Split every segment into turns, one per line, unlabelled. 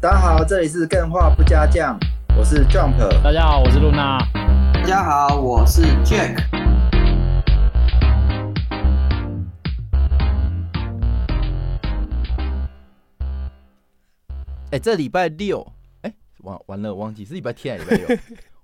大家好，这里是更画不加酱，我是 Jump。
大家好，我是露娜。
大家好，我是 Jack。
哎、这礼拜六，哎、完完了，忘记是礼拜天还是礼拜六？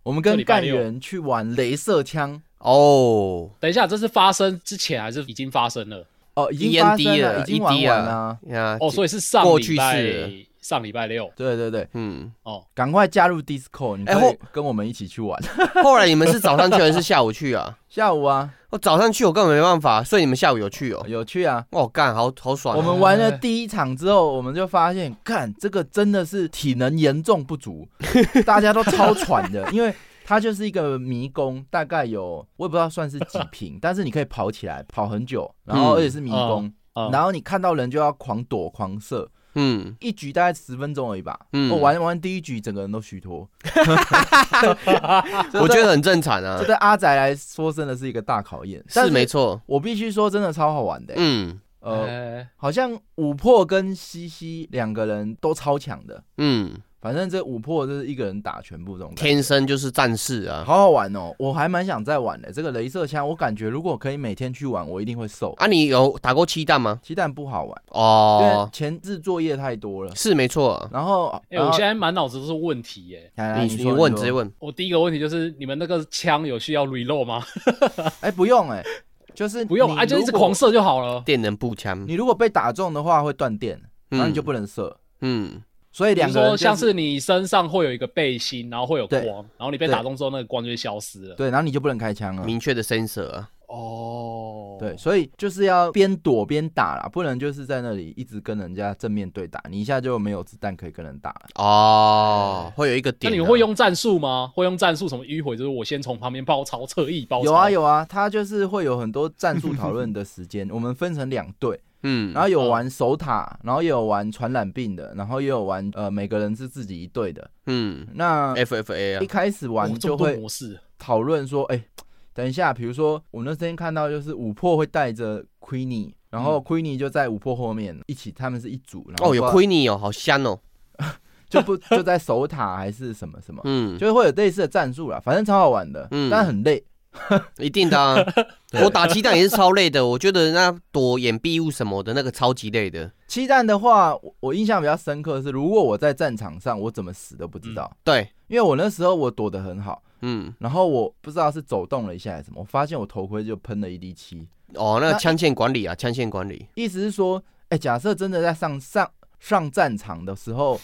我们
这
跟
礼拜
干
六
员去玩镭射枪，
哦，
等一下，这是发生之前还是已经发生了？
哦，已经
END
发生了，
了啊
已经玩完
了
了。
呀，
哦，所以是上
过
礼
去
拜
式
上礼拜六
对对对，
嗯，
哦，
赶快加入 Discord，你
哎
可以
后
跟我们一起去玩。
后来你们是早上去还是下午去啊？
下午啊，
我早上去，我根本没办法，所以你们下午有去哦。
有趣啊。
哦，干，好好爽啊。
我们玩了第一场之后，我们就发现，看这个真的是体能严重 不足，大家都超喘的，因为它就是一个迷宫，大概有我也不知道算是 几平，但是你可以跑起来，跑很久，然后
嗯哦
而且是迷宫，
嗯
然后你看到人就要狂躲狂射，
嗯，
一局大概十分钟而已吧。
嗯
我玩完第一局，整个人都虚脱，
我觉得很正常啊
这，对阿宅来说真的是一个大考验。但
是没，错。
我必须说真的超好玩的、欸
嗯
呃，
哎
好像五破跟西西两个人都超强的。
嗯，
反正这五破就是一个人打全部这种感觉，
天生就是战士啊。
好好玩哦！我还蛮想再玩的。这个镭射枪，我感觉如果可以每天去玩，我一定会瘦。
啊，你有打过七弹吗？
鸡蛋不好玩，因为
哦，
前置作业太多了。
是没错啊。
然后，
哎，
然后
我现在满脑子都是问题耶。
来来
你
哎你
你
说
问
你
直
说
接问，
我第一个问题就是，你们那个枪有需要 reload 吗？
哎，不用哎，就是
不用
你
啊，就一直
如果
狂。射就好了。
电能步枪
你。如果被打中的话会断电，然后你就不
能。
能射。
嗯，
所以
比
两
如
个人
说，
就
像是你身上会有一个背心，然后会有
对
光，然后你被
对
打中之后，那个光就会消失了。
对，然后你就不能开枪了。
明确的 sensor 啊。
哦，
对，所以就是要边躲边打啦，不能就是在那里一直跟人家正面对打，你一下就没有子弹可以跟人打了。哎
哦，会有一个
那
点啊。
你们会用战术吗？会用战术什么迂回？就是我先从旁边包抄，侧翼包抄。
有啊有啊，他就是会有很多战术讨论的时间。我们分成两队，
嗯，
然后有玩守塔，然后也有玩传染病的，然后也有玩呃每个人是自己一队的。
嗯
那
，FFA 啊
一。开始
哇
玩
这么
就
多
会
模式。
讨论说，哎、等一下，比如说我那天看到就是五破会带着 Queenie，然后 Queenie 就在五破后面一起，他们是一组，然
嗯
后
哦，有
不知道
Queenie 哦，好香哦。
就不就在守塔还是什么什么。
嗯，
就是会有类似的战术啦，反正超好玩的，
嗯
但很累。。
一定的、啊
对
我打鸡蛋也是超累的，我觉得那躲掩蔽物什么的那个超级累的。
七蛋的话，我我印象比较深刻的是，如果我在战场上，我怎么死都不知道，
对，
因为我那时候我躲得很好，
嗯，
然后我不知道是走动了一下还是什么，我发现我头盔就喷了一滴漆，
哦，那
那
个枪线管理啊，枪线管理。
意思是说，哎、假设真的在上上上战场的 时候，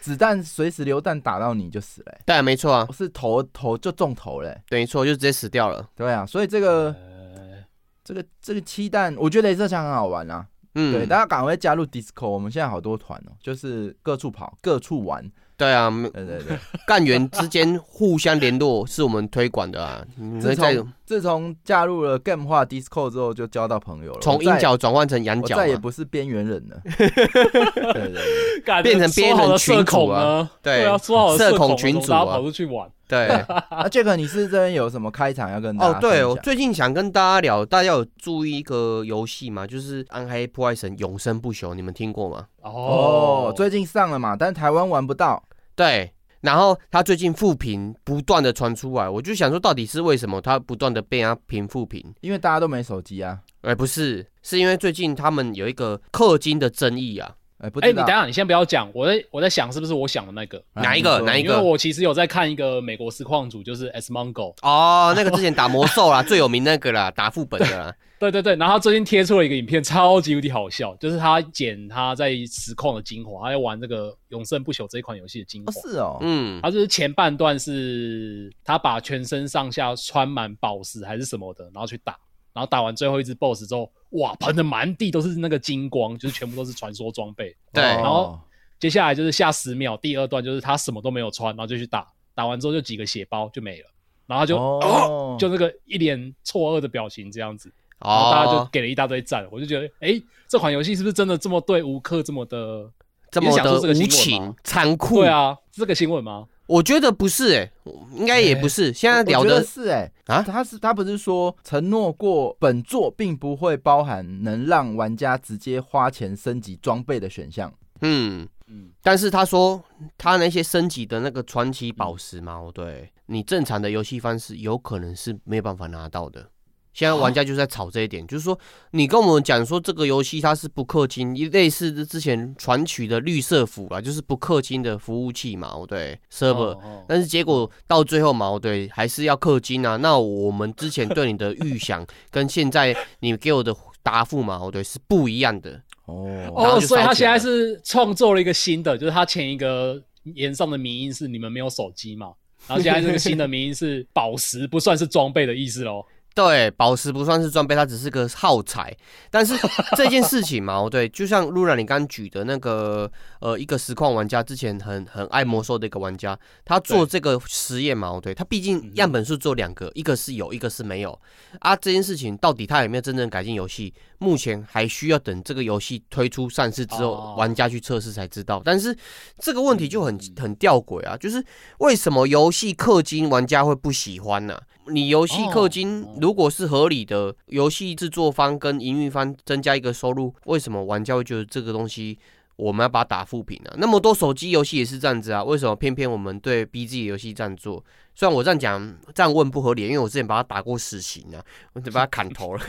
子弹随时流弹打到你就死了、欸，
对啊，没错啊
我，是头头就中头了、欸
对没错，就直接死掉了。
对啊，所以这个
呃，
这个这个七蛋，我觉得镭射枪很好玩啊，
嗯，
对，大家赶快加入 Disco，我们现在好多团哦，就是各处跑，各处玩，
对啊，
对对 对。
干员之间互相联络是我们推广的啊。你
自
们在
从自从加入了 Game 化 Disco 之后，就交到朋友了。
从
我再
鹰，角转换成羊
我
角
再也
嘛，
不是边缘人 了。对对对，
干
变成
说好的社恐呢？
边缘群组啊
啊，说好的
社
恐
恐
呢
群组啊
大家跑出去玩，
对。
那啊 Jack，你是这边有什么开场要跟大
哦，
家
对，我
分享
最近想跟大家聊，大家有注意一个游戏吗？就是《暗黑破坏神：永生不朽》，你们听过吗？
哦，最近上了嘛，但台湾玩不到。
对，然后他最近复评不断的传出来，我就想说到底是为什么他不断的被他评复评？
因为大家都没手机啊，
哎，不是，是因为最近他们有一个氪金的争议啊。
哎，不
哎、
知
你
道
等一下，你先不要讲，我在我在想是不是我想的那个，
啊
哪一
你
个
说
哪一
因为我其实有在看一个美国实况组，就是 S Mongo，
哦，那个之前打魔兽啦，最 有名那个啦，打副本 的啦。
对对对，然后他最近贴出了一个影片，超级无敌好笑，就是他剪他在实况的精华，他在玩这个《永生不朽》这一款游戏的精
哦
华。
是哦，
嗯，
他就是前半段是他把全身上下穿满宝石还是什么的，然后去打，然后打完最后一只 BOSS 之后，哇，喷的满地都是那个金光，就是全部都是传说装备。
对
哦
然后接下来就是下十秒，第二段就是他什么都没有穿，然后就去打，打完之后就几个血包就没了，然后他就、啊
哦
就那个一脸错愕的表情这样子，然后大家就
哦，
给了一大堆赞，我就觉得，哎、这款游戏是不是真的这么对吴克这么的？
这么
你是想说这个
的
新
无
闻吗
情残酷。
对，啊，是这个新闻吗？
我觉得不是，哎，应该也不
哎
是。现在
我
聊
觉得
的
是哎
啊
他是他不是说承诺过本作并不会包含能让玩家直接花钱升级装备的选项，
嗯，
嗯，
但是他说他那些升级的那个传奇宝石嘛，哦对你正常的游戏方式有可能是没有办法拿到的。现在玩家就在吵这一点，就是说你跟我们讲说这个游戏它是不氪金，类似之前传取的绿色服啊，就是不氪金的服务器嘛，对 server，、
哦
但是结果到最后嘛，哦对，还是要氪金啊。那我们之前对你的预想跟现在你给我的答复嘛，哦对，是不一样的。
哦，
然后
哦，
就
所以
烧
他
起
现
来
在
了
是创作了一个新的，就是他前一个延上的名音是你们没有手机嘛，然后现在这个新的名音是宝石不算是装备的意思喽。
对，宝石不算是装备，它只是个耗材。但是这件事情嘛， 哦对，就像露然你刚举的那个，呃，一个实况玩家之前很很爱魔兽的一个玩家，他
对
做
嗯
这个实验嘛，哦对，他毕竟样本数只有两个，一个是有，一个是没有。啊，这件事情到底他有没有真正改进游戏，目前还需要等这个游戏推出上市之后
哦，嗯
玩家去测试才知道。但是这个问题就很很吊诡啊，就是为什么游戏氪金玩家会不喜欢呢、你游戏氪金
哦
如果是合理的，游戏制作方跟营运方增加一个收入，为什么玩家会觉得这个东西我们要把它打负评呢？那么多手机游戏也是这样子啊，为什么偏偏我们对 BG 的游戏这样做？虽然我这样讲这样问不合理，因为我之前把它打过死刑啊，我就把它砍头了。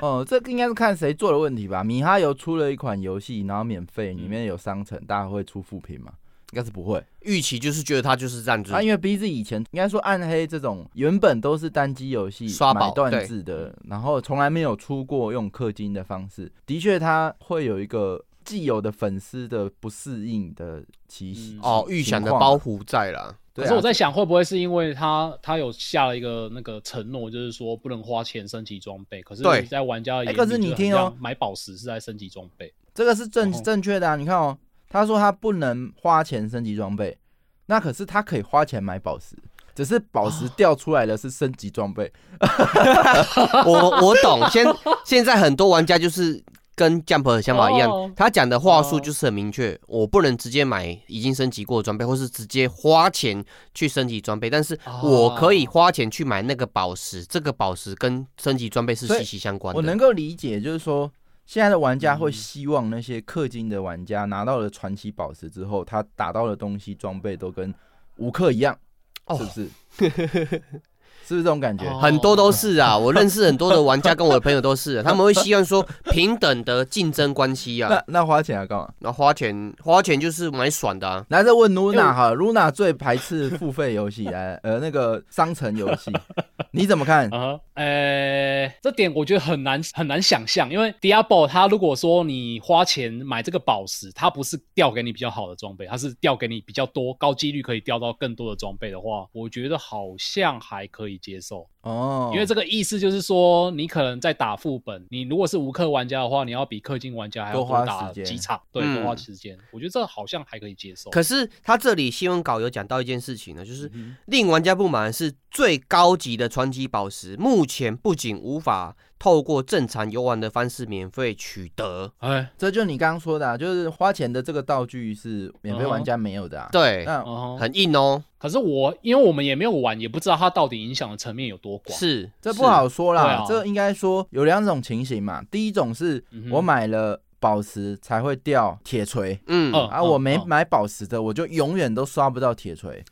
哦，这个应该是看谁做的问题吧。米哈游出了一款游戏，然后免
嗯
费，里面有商城，大家会出副评吗？应该是不会。
预期就是觉得它就是这样子
啊，，因为 BZ 以前应该说暗黑这种原本都是单机游戏
刷宝
买断制的，然后从来没有出过用氪金的方式，的确它会有一个既有的粉丝的不适应的期
嗯
哦，预想的
情况
包袱在啦。
对
可
啊
是我在想，会不会是因为他他有下了一个那个承诺，就是说不能花钱升级装备，可是
对
在玩家的眼
哎
里
可是你
就很
听哦
像买宝石是在升级装备，
这个是正
哦
正确的啊！你看哦，他说他不能花钱升级装备，那可是他可以花钱买宝石，只是宝
哦
石掉出来的是升级装备。
我我懂，现现在很多玩家就是跟 Jump 的想法一样
哦，
他讲的话术就是很明确，我不能直接买已经升级过的装备，或是直接花钱去升级装备，但是
哦
我可以花钱去买那个宝石，这个宝石跟升级装备是
所以
息息相关
我
的
能。够理解，就是说现在的玩家会
嗯
希望那些氪金的玩家拿到了传奇宝石之后，他打到的东西装备都跟无氪一样，
哦
是不是？是不是这种感觉？
哦
很多都是 啊，我认识很多的玩家，跟我的朋友都是啊，他们会希望说平等的竞争关系啊。
那那花钱要干嘛？
那花钱花钱就是蛮爽的啊，
来，再问
因为
Luna 哈，Luna 最排斥付费游戏， 来，呃，那个商城游戏，你怎么 看？
啊，呃，这点我觉得很难很难想象，因为 Diablo 它如果说你花钱买这个宝石，它不是掉给你比较好的装备，它是掉给你比较多高几率可以掉到更多的装备的话，我觉得好像还可以接受，
哦，
因为这个意思就是说，你可能在打副本，你如果是无氪玩家的话，你要比氪金玩家还要
多花
打
时间
几场，对，
嗯
多花时间，我觉得这好像还可以接受。
可是他这里新闻稿有讲到一件事情呢，就是
嗯
令玩家不满的是，最高级的传奇宝石目前不仅无法透过正常游玩的方式免费取得，
哎，
这就你刚刚说的、啊，就是花钱的这个道具是免费玩家没有的、啊。
对，
那
哦、
很硬哦，
可是我因为我们也没有玩，也不知道它到底影响的层面有多广。
是
这不好说啦，
对啊
这应该说有两种情形嘛。第一种是
嗯哼
我买了宝石才会掉铁锤，
嗯，
嗯
而、啊我没
嗯
买宝石的，我就永远都刷不到 铁锤。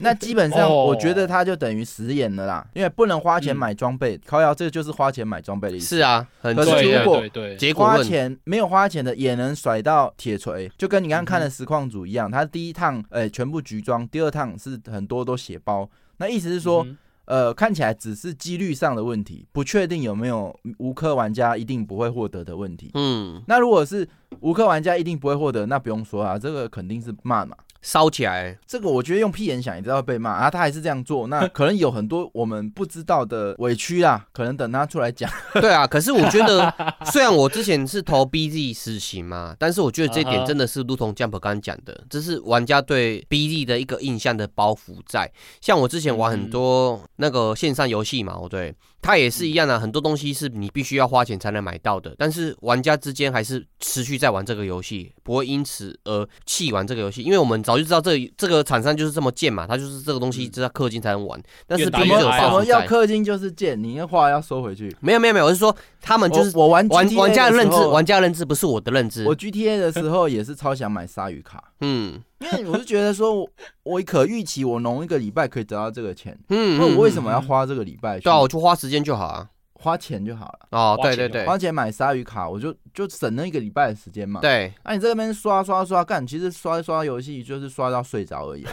那基本上
哦嗯
我觉得它就等于食言了啦，因为不能花钱买装备，靠腰这个就是花钱买装备的意思。
是啊，很
可是
直
对
如
接
对
果
对对
结果
花
论，
钱没有花钱的也能甩到铁锤，就跟你刚
嗯
刚看的实况组一样，他第一趟呃全部局装，第二趟是很多都血包。那意思是说，
嗯
呃，看起来只是几率上的问题，不确定有没有无氪玩家一定不会获得的问题。
嗯，
那如果是无氪玩家一定不会获得，那不用说啊，这个肯定是骂嘛。
烧起来，
这个我觉得用屁眼想也知道被骂啊，他还是这样做，那可能有很多我们不知道的委屈啦，可能等他出 来讲。
对啊，可是我觉得， 虽然我之前是投 BZ 死刑嘛，但是我觉得这一
啊
点
哈
真的是如同 Jump 刚刚讲的，这是玩家对 BZ 的一个印象的包袱在。像我之前玩很多那个线上游戏嘛，哦对，它也是一样的、很多东西是你必须要花钱才能买到的，但是玩家之间还是持续在玩这个游戏，不会因此而弃玩这个游戏，因为我们早就知道这这个厂商就是这么贱嘛，他就是这个东西
嗯
只要氪金才能玩，但是
越打
必
怎
须
么
越
有
爱
怎
报
么
复
要
在。
氪金就是贱，你那话要收回去。
没有没有没有，我是说他们就是
我我玩
玩
GTA
玩家
的
认知
时，候啊
玩家认知不是我的认知
我。GTA 的时候也是超想买鲨鱼卡，
嗯
因为我是觉得说我，我可预期我弄一个礼拜可以得到这个钱，
嗯，
那我为什
么？
么要花这个礼拜去？
对啊，我就花时间就好啊。
花钱就好了，
哦，
花
对
钱
对
就
对
花钱买鲨鱼卡，我就就省了一个礼拜的时间嘛。，
对，
那、你这边刷刷刷干，其实刷一刷游戏就是刷到睡着而 已。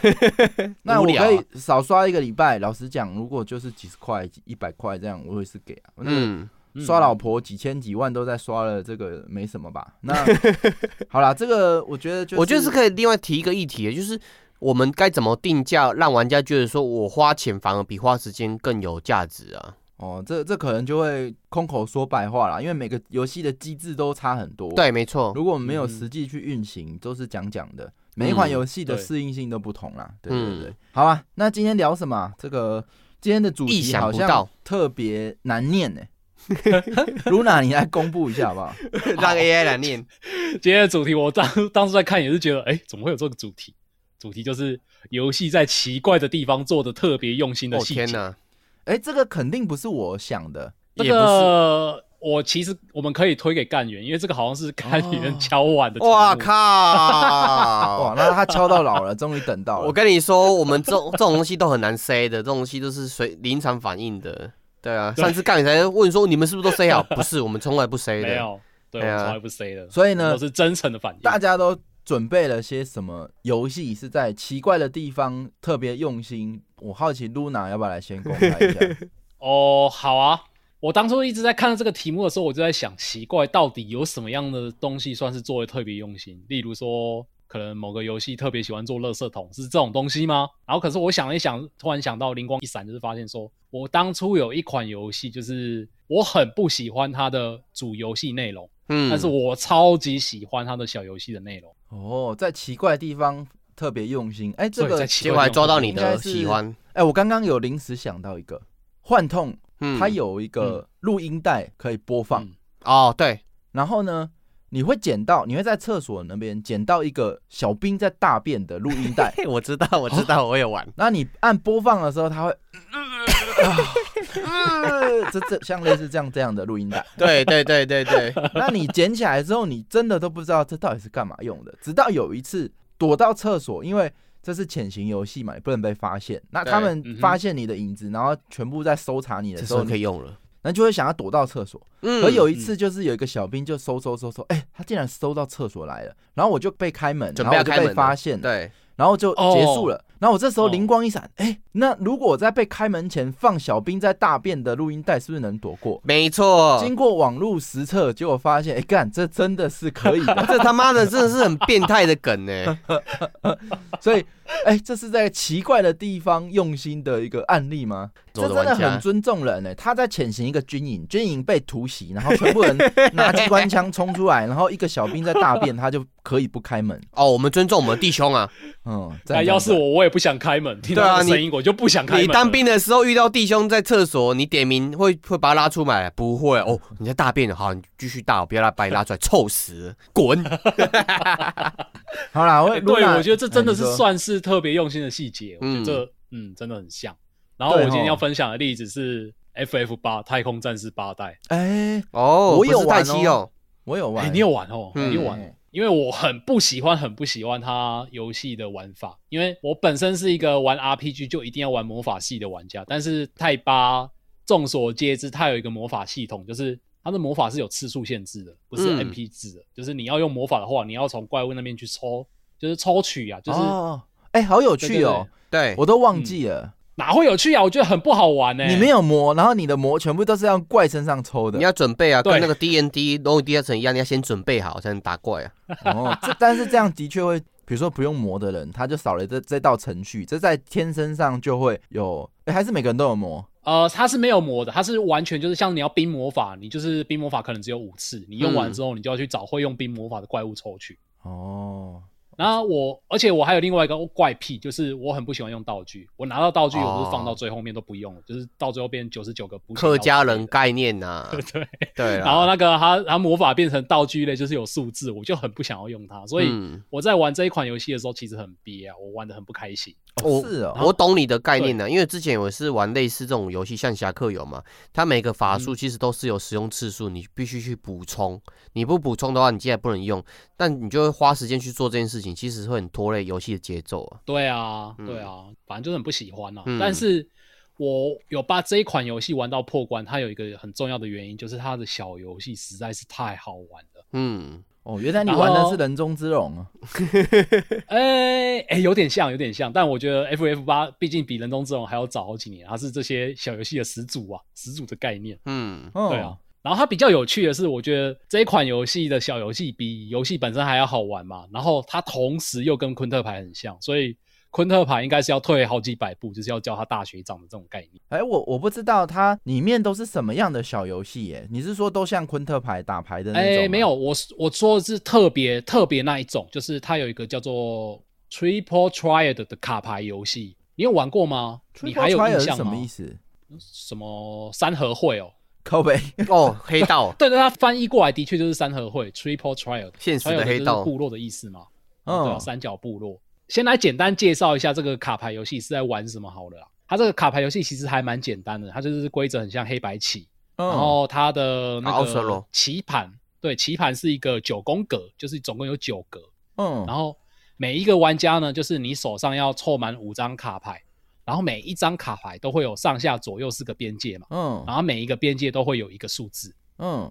那
无
我
聊
可
啊
以少刷一个礼拜。老实讲，如果就是几十块、一百块这样，我也是给啊。那个
嗯，
嗯
刷老婆几千几万都在刷了，这个没什么吧？那好啦，这个我觉得就是，
我觉得是可以另外提一个议题，就是我们该怎么定价，让玩家觉得说我花钱反而比花时间更有价值啊？
哦，这这可能就会空口说白话啦，因为每个游戏的机制都差很多。，
对，没错，
如果我们没有
嗯
实际去运行，都是讲讲的。每一款
嗯
游戏的
对
适应性都不同啦。对
嗯
对对，好啊。那今天聊什么啊？这个今天的主
意
题
想
好
不
像
到
特别难 念呢、露娜，你来公布一下好不好？
让 AI 来念。
今天的主题，我当当时在看也是觉得，哎、怎么会有这个主题？主题就是游戏在奇怪的地方做的特别用心的
哦
细节。
天哪，
哎、这个肯定不是我想的。
这
也不是，
个我其实我们可以推给干员，因为这个好像是干员
哦
敲碗的。
哇！
哇，
哦
靠！
那他敲到老了， 终于等到 了。
我跟你说，我们这种这种东西都很难 say 的，这种东西都是随临场反应的。对啊，上次干你才问说你们是不是都 say 好？不是，我们从来不 say 的。
没有，对，我
哎呀
们从来不 say 的。
所以呢
我是真诚的反应。
大家都准备了些什么游戏是在奇怪的地方特别用心？我好奇 Luna 要不要来先公开 一下？
哦，好啊。我当初一直在看到这个题目的时候，我就在想，奇怪，到底有什么样的东西算是做的特别用心？例如说，可能某个游戏特别喜欢做垃圾桶，是这种东西吗？然后，可是我想了一想，突然想到灵光一闪，就是发现说，我当初有一款游戏，就是我很不喜欢它的主游戏内容，
嗯，
但是我超级喜欢它的小游戏的内容。
哦，在奇怪的地方特别用心。哎、这
所以
个
在
哎、
奇
结果
怪
还
的地
抓
方
到你
应
的
该是
喜欢。
哎我刚刚有临时想到一个幻痛，
嗯，
它有一个录音带可以播放，
嗯
哦，对，，
然后呢？你会捡到，你会在厕所那边捡到一个小兵在大便的录音带
嘿，我知道，我知道，我有玩。
那你按播放的时候，它会，啊这这像类似这样这样的录音带，
对对对对对，
那你捡起来之后，你真的都不知道这到底是干嘛用的。直到有一次躲到厕所，因为这是潜行游戏嘛，你不能被发现。那
对
他们
嗯哼
发现你的影子，然后全部在搜查你的
这
时
时
候，
候
你
可以用了。
那就会想要躲到厕所。
嗯
而有一次就是有一个小兵就搜搜搜搜，哎、他竟然搜到厕所来了，然后我就被开门，
准备
然后
要
我就
开门
被
了
发现，，
对，
然后就结束了。然后我这时候
哦
灵光一闪，哎、那如果我在被开门前放小兵在大便的录音带，是不是能躲过？
没错，
经过网络实测，结果发现，哎、干，这真的是可以的。
这他妈的真的是很变态的梗呢。
所以，哎、这是在奇怪的地方用心的一个案例吗？
走
这
的
真的
玩家
很尊重人呢、他在潜行一个军营，军营被突袭，然后全部人拿机关枪冲出来，然后一个小兵在大便，他就可以不开门。
哦，我们尊重我们弟兄啊。
嗯，这
哎，
样
要是，我，我也不想开门，听
对
到
啊
这
你
声音我就不想开门。
你当，兵的时候遇到弟兄在厕所，你点名会会把他拉出来？不会哦，你在大便了，好，你继续大，我不要拉把你拉出来，臭死了，滚！
这样好啦，我、
哎对，我觉得这真的
哎
是
你说
算是特别用心的细节。我觉
嗯
得这，嗯，真的很像。然后我
对
今天
吼
要分享的例子是 FF 八《太空战士八代
哎、
哦，
我有
不是
玩
太
哦
稀哦。
我有》。玩，
哎，你有玩哦？
嗯
你有玩哦？因为我很不喜欢，很不喜欢它游戏的玩法，因为我本身是一个玩 RPG 就一定要玩魔法系的玩家，但是泰八众所皆知，它有一个魔法系统，就是它的魔法是有次数限制的，不是
嗯
MP 制的，就是你要用魔法的话，你要从怪物那边去抽，就是抽取啊，就是、
哦，哎、好有趣哦，
对，
我都忘记了。
哪会有趣啊？我觉得很不好玩呢、
你没
有
有魔，然后你的魔全部都是让怪身上抽的
你。要准备啊，跟
对
那个 D N D 龙与地下城一样，你要先准备好才能打怪啊。
哦，这但是这样的确会，比如说不用磨的人，他就少了这这道程序，这在天生上就会有，诶还是每个人都有磨
呃，它是没有魔的，它是完全就是像你要冰魔法，你就是冰魔法可能只有五次，你用完之后你就要去找会用冰魔法的怪物抽取。
哦。
然后我，而且我还有另外一个怪癖，就是我很不喜欢用道具。我拿到道具，我就是放到最后面都不用了，就是到最后变九十九个补血道具
客家人概念呐、
对。
啊
对啦，
然后那个他他魔法变成道具类，就是有数字，我就很不想要用它。 所以
嗯
我在玩这一款游戏的时候，其实很憋啊，我玩的很不开心。
我
是哦
我懂你的概念呢，因为之前我是玩类似这种游戏，像侠客游嘛，它每个
嗯
法术其实都是有使用次数，你必须去补充，你不补充的话，你现在不能用，但你就会花时间去做这件事情，其实会很拖累游戏的节奏啊。
对啊，
嗯
对啊，反正就是很不喜欢啊。
嗯
但是我有把这一款游戏玩到破关，它有一个很重要的原因，就是它的小游戏实在是太好玩了。
嗯，
哦，原来你
然后
玩的是人中之龙啊！
哎、哎、有点像，有点像，但我觉得 F F 八毕竟比人中之龙还要早好几年，它是这些小游戏的始祖啊，始祖的概念。
嗯，
哦
对啊，。然后它比较有趣的是，我觉得这一款游戏的小游戏比游戏本身还要好玩嘛。然后它同时又跟昆特牌很像，所以昆特牌应该是要退好几百步，就是要叫他大学长的这种概念。
哎，我我不知道它里面都是什么样的小游戏耶？你是说都像昆特牌打牌的那种？
哎，没有，，我是我说的是特别特别那一种，就是它有一个叫做 Triple Triad 的卡牌游戏，你有玩过吗？你还有印
是
象
什
吗
么？意思？
什么三合会哦？
靠背，
哦，黑道
对对，它翻译过来的确就是三合会 Triple Triad，
现实的
triad
黑
就是
道
部落的意思嘛？对啊，
嗯，
三角部落。先来简单介绍一下这个卡牌游戏是在玩什么好了啦。它这个卡牌游戏其实还蛮简单的，它就是规则很像黑白棋，
然
然后它的那
奥瑟
个
罗
棋盘，对，棋盘是一个九宫格，就是总共有九格。
嗯
然，后每一个玩家呢，就是你手上要凑满五张卡牌，然后每一张卡牌都会有上下左右四个边界嘛，
嗯
然后每一个边界都会有一个数字。
嗯，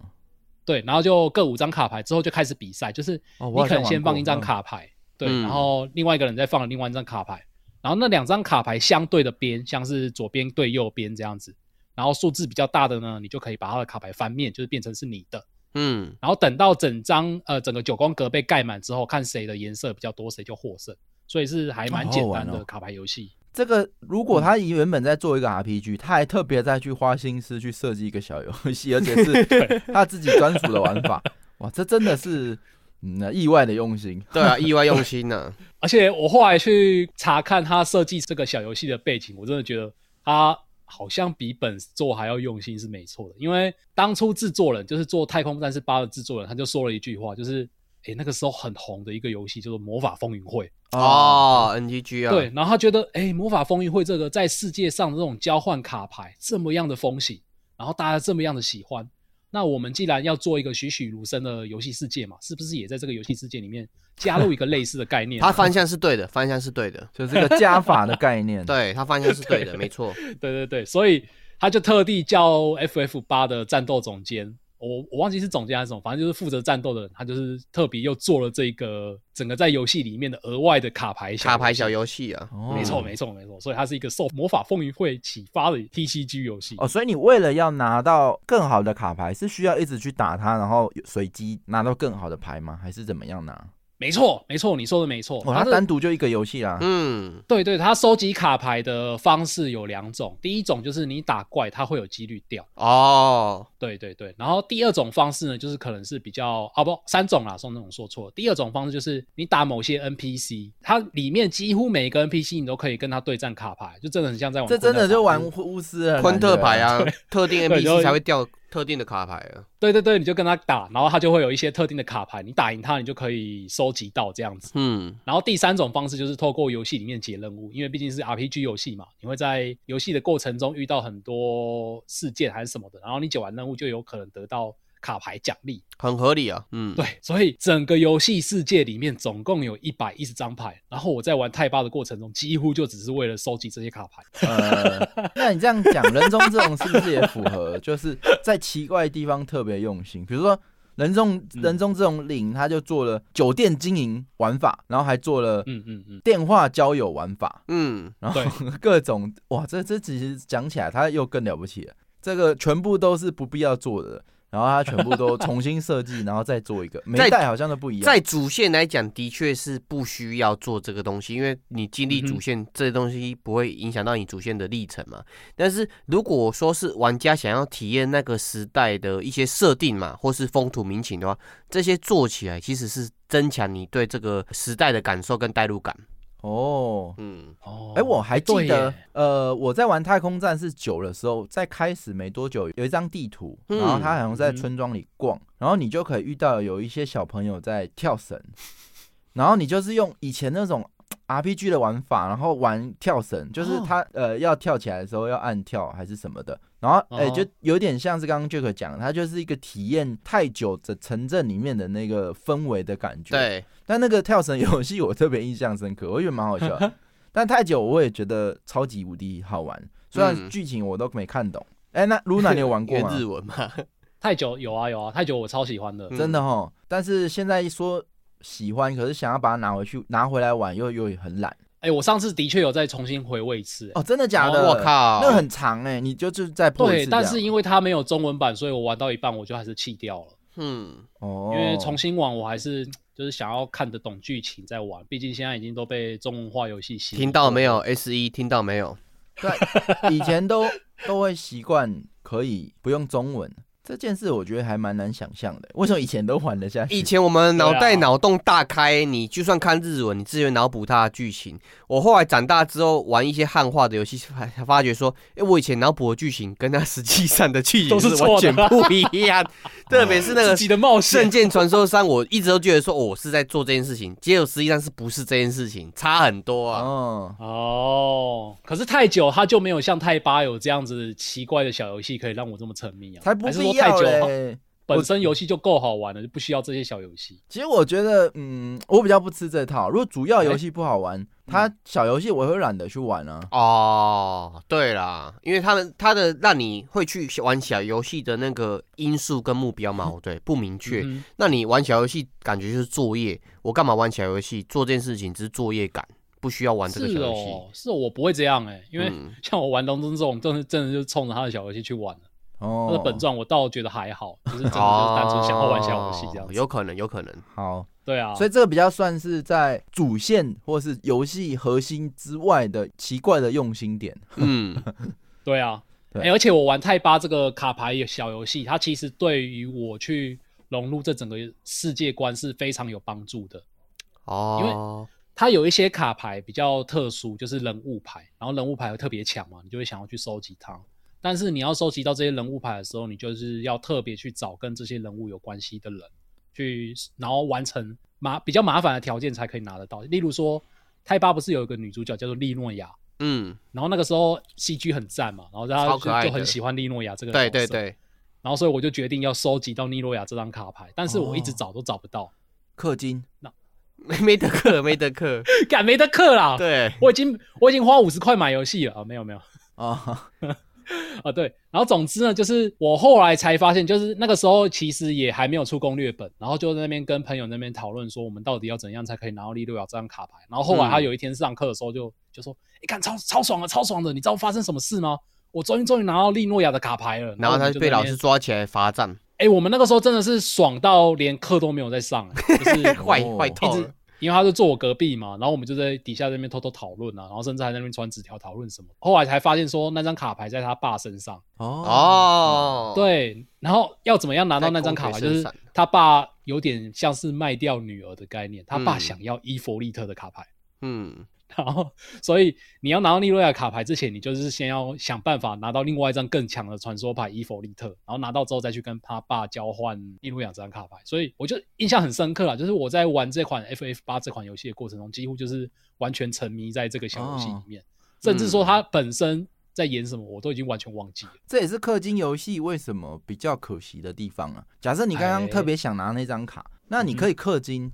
对，然后就各五张卡牌之后就开始比赛，就是
哦
你
我好
可
像
能先
玩过
放一张
嗯
卡牌，对，
嗯
然后另外一个人再放另外一张卡牌，然后那两张卡牌相对的边，像是左边对右边这样子，然后数字比较大的呢，你就可以把他的卡牌翻面，就是变成是你的，
嗯
然后等到整张呃整个九宫格被盖满之后，看谁的颜色比较多，谁就获胜。所以是还蛮
好好
简
玩
单
哦
的卡牌游戏。
这个如果他原本在做一个 RPG，他还特别再去花心思去设计一个小游戏，而且是他自己专属的玩法，哇，这真的是嗯意外的用心。
对啊，意外用心 呢、
而且我后来去查看他设计这个小游戏的背景，我真的觉得他好像比本作还要用心是没错的。因为当初制作人就是做《太空战士八》的制作人，他就说了一句话，就是诶、哎那个时候很红的一个游戏叫做《魔法风云会》。
哦，NGG 啊，
对，，然后他觉得，哎、魔法风云会这个在世界上的这种交换卡牌这么样的风行，然后大家这么样的喜欢，那我们既然要做一个栩栩如生的游戏世界嘛，是不是也在这个游戏世界里面加入一个类似的概念呢？
他方向是对的，方向是对 的，
就是个加法的概 念。，
对他方向是对的，没错。
对对对，所以他就特地叫 FF 八的战斗总监，我我忘记是总监还是什么，反正就是负责战斗的人，他就是特别又做了这个整个在游戏里面的额外的卡牌小
卡牌
游戏
小。游戏啊，
哦
没错，没错，没错，所以它是一个受魔法风云会启发的 TCG 游戏。
哦，所以你为了要拿到更好的卡牌，是需要一直去打它，然后随机拿到更好的牌吗？还是怎么样拿？
没错，没错，你说的没错。
哦，
它
它
是
单独就一个游戏啊啦。
嗯
对对，它收集卡牌的方式有两种，第一种就是你打怪，它会有几率掉。
哦，
对对对，然后第二种方式呢，就是可能是比较啊不三种啦，宋总说错了。第二种方式就是你打某些 NPC，它里面几乎每一个 NPC 你都可以跟它对战卡牌，就真的很像在玩
这
昆特
真
牌。
的就玩
是
巫师了，
昆特牌
感觉。
啊，特定
对就
NPC 才会掉特定的卡牌啊。
对对对，你就跟它打，然后它就会有一些特定的卡牌，你打赢它，你就可以收集到这样子。
嗯
然后第三种方式就是透过游戏里面解任务，因为毕竟是 RPG 游戏嘛，你会在游戏的过程中遇到很多事件还是什么的，然后你解完任务就有可能得到卡牌奖励。，
很合理啊。嗯，
对，所以整个游戏世界里面总共有一百一十张牌，然后我在玩泰巴的过程中，几乎就只是为了收集这些卡牌。
呃，那你这样讲，人中这种是不是也符合？ 就是在奇怪的地方特别用心，比如说人中
嗯
人中这种领，他就做了酒店经营玩法，然后还做了
嗯嗯嗯，
电话交友玩法，
嗯，
然后 各种哇，这这其实讲起来他又更了不起了，这个全部都是不必要做的。然后他全部都重新设计，然后再做一个，每一
在
代好像都不一样。
在主线来讲，的确是不需要做这个东西，因为你经历
嗯哼
主线、这东西不会影响到你主线的历程嘛。但是如果说是玩家想要体验那个时代的一些设定嘛，或是风土民情的话，这些做起来其实是增强你对这个时代的感受跟代入感。
哦，
嗯，
哦
哎、我还记
对
得
耶，
呃，我在玩《太空战士九》的时候，在开始没多久，有一张地图，
嗯
然后他好像在
嗯
村庄里逛，然后你就可以遇到有一些小朋友在跳绳，然后你就是用以前那种 RPG 的玩法，然后玩跳绳，就是
哦
他、呃要跳起来的时候要按跳还是什么的，然后哎、
哦
就有点像是刚刚 Jack 讲的，它就是一个体验太久的城镇里面的那个氛围的感觉，
对，
但那个跳绳游戏我特别印象深刻，我 觉得蛮好笑的。但太久我也觉得超级无敌好玩，虽然
嗯
剧情我都没看懂。哎、那露娜你有玩过
因
吗
为？日文嘛，
太久有啊有啊，太久我超喜欢的。
嗯
真的哈，但是现在一说喜欢，可是想要把它拿回去拿回来玩又又很懒。
哎、我上次的确有再重新回味一次、哎
哦，真的假的？
我靠，
那很长哎、你就就再破一
对，
次这样。
但是因为它没有中文版，所以我玩到一半我就还是弃掉了。
嗯，
哦，
因为重新玩我还是就是想要看得懂剧情再玩，毕竟现在已经都被中文化游戏洗。
听到没有？S 一听到没有？
对以前都 都会习惯可以不用中文这件事，我觉得还蛮难想象的。为什么以前都玩得下 去？
以前我们脑
对
袋
啊
脑洞大开，你就算看日文，你自己会脑补它的剧情。我后来长大之后玩一些汉化的游戏，才才发觉说，哎、我以前脑补的剧情跟它实际上的剧情
都是
完
错的
全不一样。 特别是那个
自己的冒
《圣
险，
剑传说三》，我一直都觉得说、哦我是在做这件事情，结果实际上是不是这件事情，差很多啊。
哦，
哦，可是太久它就没有像太八有这样子奇怪的小游戏可以让我这么沉迷啊，
才不
还是
必
说太
要
久它
嘞。
本身游戏就够好玩了，就不需要这些小游戏。
其实我觉得，嗯，我比较不吃这套。如果主要游戏不好
哎
玩，它
嗯
小游戏我会懒得去玩啊。
哦，对啦，因为他们他的让你会去玩小游戏的那个因素跟目标嘛，哦对，不明确。
嗯哼
那你玩小游戏感觉就是作业，我干嘛玩小游戏？做这件事情只是作业感，不需要玩这个
是
小游戏。
哦，是哦我不会这样哎、因为
嗯
像我玩龙中这种，真的真的就是冲着他的小游戏去玩的。他的
哦，
本传我倒觉得还好，就是真的就是单纯想要玩小游戏这样
哦
子。
有可能，有 可能。
好，
对啊，
所以这个比较算是在主线或是游戏核心之外的奇怪的用心点。
嗯，
对啊，
对
哎而且我玩泰巴这个卡牌小游戏，它其实对于我去融入这整个世界观是非常有帮助的。
哦，
它有一些卡牌比较特殊，就是人物牌，然后人物牌会特别强嘛，你就会想要去收集它。但是你要收集到这些人物牌的时候，你就是要特别去找跟这些人物有关系的人，去然后完成麻比较麻烦的条件才可以拿得到。例如说，泰巴不是有一个女主角叫做利诺亚，
嗯，
然后那个时候 CG 很赞嘛，然后大
超可
家
爱
就
的
就很喜欢利诺亚这个角
对
色，
对对，
然后所以我就决定要收集到利诺亚这张卡牌，但是我一
哦
直找都找不到，
氪金
没 没得克，没得 克。
赶、没得克啦。
对，
我已经我已经花五十块买游戏了啊，没有没有
啊，
啊，对。然后总之呢，就是我后来才发现，就是那个时候其实也还没有出攻略本，然后就在那边跟朋友那边讨论说，我们到底要怎样才可以拿到利诺亚这张卡牌。然后后来他
嗯
有一天上课的时候就就说：“你、看超超爽的，啊超爽的！你知道发生什么事吗？我终于终于拿到利诺亚的卡牌了。”
然
我
后他
们就
就被
在那
老
边
师抓起来罚站，
哎、我们那个时候真的是爽到连课都没有在上、欸，就是
坏
哦
坏
一
透
直
了。，
因为他就坐我隔壁嘛，然后我们就在底下那边偷偷讨论啊，然后甚至还在那边传纸条讨论什么。后来才发现说那张卡牌在他爸身上，
哦
哦，，
嗯对，然后要怎么样拿到那张卡牌，
在
就
公爵
是
身上
他爸有点像是卖掉女儿的概念，他爸
嗯
想要伊佛利特的卡牌。
嗯，
然后，所以你要拿到利诺亚卡牌之前，你就是先要想办法拿到另外一张更强的传说牌伊佛利特，然后拿到之后再去跟他爸交换利诺亚这张卡牌。所以我就印象很深刻啦，就是我在玩这款 FF 八这款游戏的过程中，几乎就是完全沉迷在这个小游戏里面，甚至说它本身在演什么，我都已经完全忘记了。
这也是氪金游戏为什么比较可惜的地方啊。假设你刚刚
哎
特别想拿那张卡，那你可以氪金，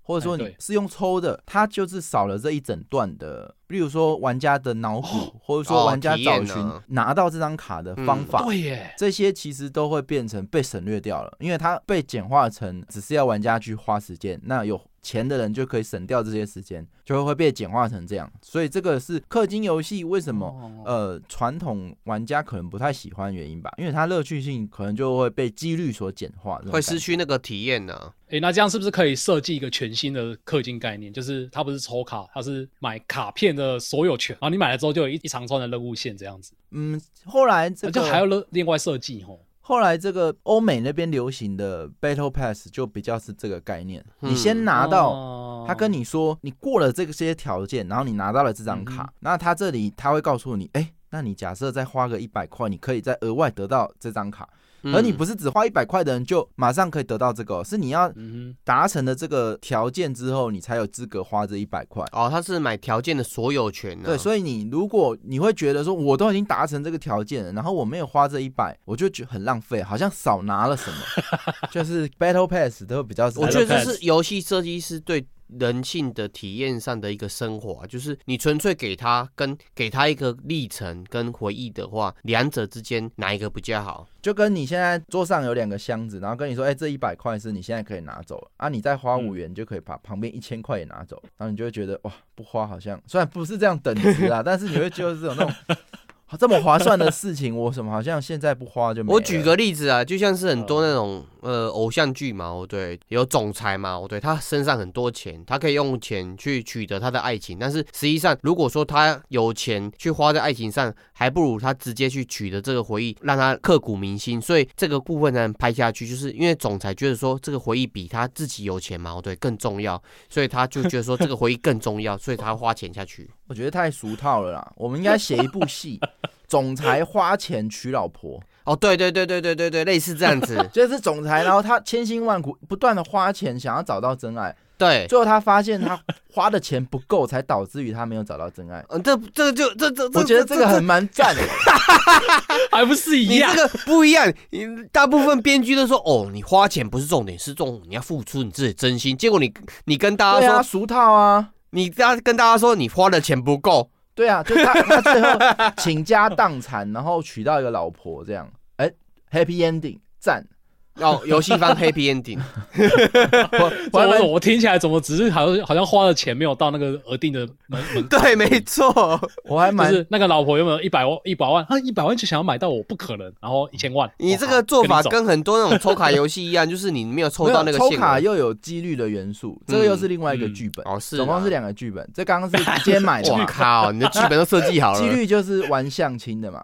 或者说
嗯哎
你
对
是用抽的，它就是少了这一整段的，例如说玩家的脑补，或者说
哦
玩家
体
找
验
寻
呢
拿到这张卡的方
嗯
法。
对耶，
这些其实都会变成被省略掉了，因为它被简化成只是要玩家去花时间，那有钱的人就可以省掉这些时间，就会被简化成这样。所以这个是氪金游戏为什么
哦
呃，传统玩家可能不太喜欢原因吧，因为它乐趣性可能就会被几率所简化，这种
会
感
失
觉。
去那个体验啊呢。
诶，那这样是不是可以设计一个全新的氪金概念？就是它不是抽卡，它是买卡片的所有权，然后你买了之后就有一一长串的任务线这样子。
嗯，后来这
啊
个
就还要另另外设计哦。
后来这个欧美那边流行的 Battle Pass 就比较是这个概念，
嗯
你先拿到。
哦
他跟你说，你过了这些条件，然后你拿到了这张
嗯
卡，那他这里他会告诉你，哎、那你假设再花个一百块，你可以再额外得到这张卡。
嗯
而你不是只花一百块的人就马上可以得到这个哦、是你要
嗯
达成了这个条件之后，你才有资格花这一百块。
哦，他是买条件的所有权、啊，
对，所以你如果你会觉得说，我都已经达成这个条件了，然后我没有花这一百，我就觉得很浪费，好像少拿了 什么。就是 Battle Pass 都比较，
我觉得这
Battle
是游戏设计师对人性的体验上的一个升华，就是你纯粹给他跟给他一个历程跟回忆的话，两者之间哪一个比较好？
就跟你现在桌上有两个箱子，然后跟你说，哎、这一百块是你现在可以拿走了啊，你再花五元就可以把旁边一千块也拿走，然后你就会觉得哇，不花好像虽然不是这样等值啦，但是你会觉得这种那种。这么划算的事情，我什么好像现在不花就没了。
我举个例子啊，就像是很多那种呃偶像剧嘛，哦对，有总裁嘛，哦对，他身上很多钱，他可以用钱去取得他的爱情，但是实际上如果说他有钱去花在爱情上，还不如他直接去取得这个回忆，让他刻骨铭心。所以这个部分才能拍下去，就是因为总裁觉得说这个回忆比他自己有钱嘛，哦对，更重要，所以他就觉得说这个回忆更重要，所以他花钱下去。
我觉得太俗套了啦，我们应该写一部戏，总裁花钱娶老婆，，
哦，对对对对对对对，类似这样子
就是总裁，然后他千辛万苦不断的花钱想要找到真爱，
对。
最后他发现他花的钱不够，才导致于他没有找到真爱。
嗯，这这个就这这，
我觉得这个很蛮赞 的，
还不是一
你
样
这，个不一样，你大部分编剧都说哦，你花钱不是重点，是重你要付出你自己的真心。结果你你跟大
对
家说，
啊，俗套啊，
你大跟大家说你花的钱不够，
对啊，就 他他最后倾家荡产，然后娶到一个老婆这样，哎、h a p p y ending，赞。
哦，游戏方 happy ending，
我我
我
还蛮
我我听起来怎么只是好像好像花的钱没有到那个额定的门门，
对，没错，
我还蛮
就是那个老婆有没有一百万一百万？她一百万就想要买到我，不可能。然后一千万，
你
我
这
好
个做法
你走
跟很多那种抽卡游戏一样，就是你没有抽到那个
没有抽
限
卡
额。
又有几率的元素，这个又是另外一个剧本，
哦，是啦，
总共是两个剧本。这刚刚是直接买的
哇
嘛，
靠，你的剧本都设计好了，
几率就是玩相亲的嘛，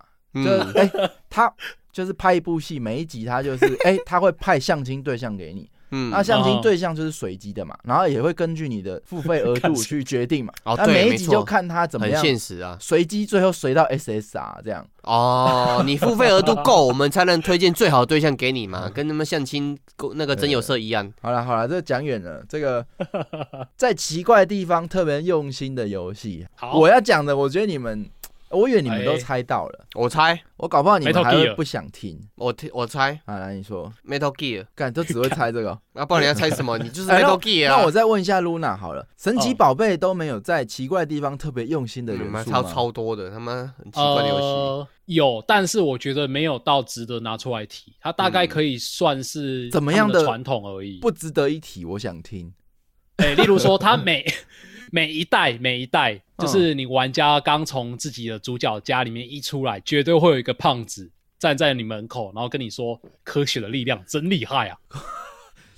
就
嗯，
哎、他就是拍一部戏，每一集他就是哎、他会派相亲对象给你，
嗯
那相亲
哦
对象就是随机的嘛，然后也会根据你的付费 额度
看谁
去决定嘛，
哦
那
对
每一
没
集
错
就看他怎么
很
样。
现实啊。
随机最后随到 SSR 这样，
哦，你付费额度够，我们才能推荐最好的对象给你嘛，跟他们相亲那个真有色一样。
好了好了，这讲远了。这个在奇怪的地方特别用心的游戏，
好，
我要讲的，我觉得你们，我以为你们都
哎
猜到了，
我猜，
我搞不好你们
Metal
还会
Gear
不想听。
我听我猜
好，来你说，
Metal Gear，
干 都只会猜这个。
那、啊、不然你要猜什么？你就是
哎那
Metal Gear 啊！
那我再问一下 Luna 好了，神奇
哦
宝贝都没有在奇怪的地方特别用心的元
嗯妈
素
超
吗？
超多的，他妈很奇怪的游戏。
呃有，但是我觉得没有到值得拿出来提，它大概可以算是
怎么样
他
的
们的传统而已。
不值得一提，我想听。
哎、例如说，它每每一代每一代，就是
嗯
你玩家刚从自己的主角家里面一出来，绝对会有一个胖子站在你门口，然后跟你说：“科学的力量真厉害啊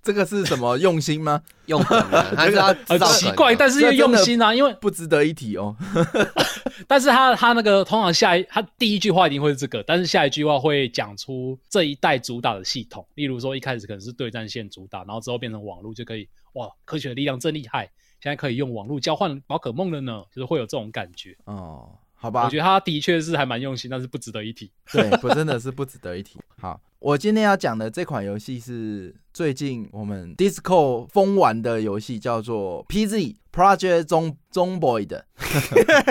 这个是什么用心吗？
用梗啊，他是要！”
很
制造
奇
梗啊
怪，但是又用心啊，因为
不值得一提哦。
但是他他那个通常下一他第一句话一定会是这个，但是下一句话会讲出这一代主打的系统，例如说一开始可能是对战线主打，然后之后变成网络就可以哇，科学的力量真厉害，现在可以用网络交换宝可梦了呢，就是会有这种感觉。
哦，好
我
吧
觉，得他的确是还蛮用心，但是不值得一提。
对，不真的是不值得一提。好，我今天要讲的这款游戏是最近我们 Disco 疯玩的游戏，叫做 PZ Project 中中 Boy 的。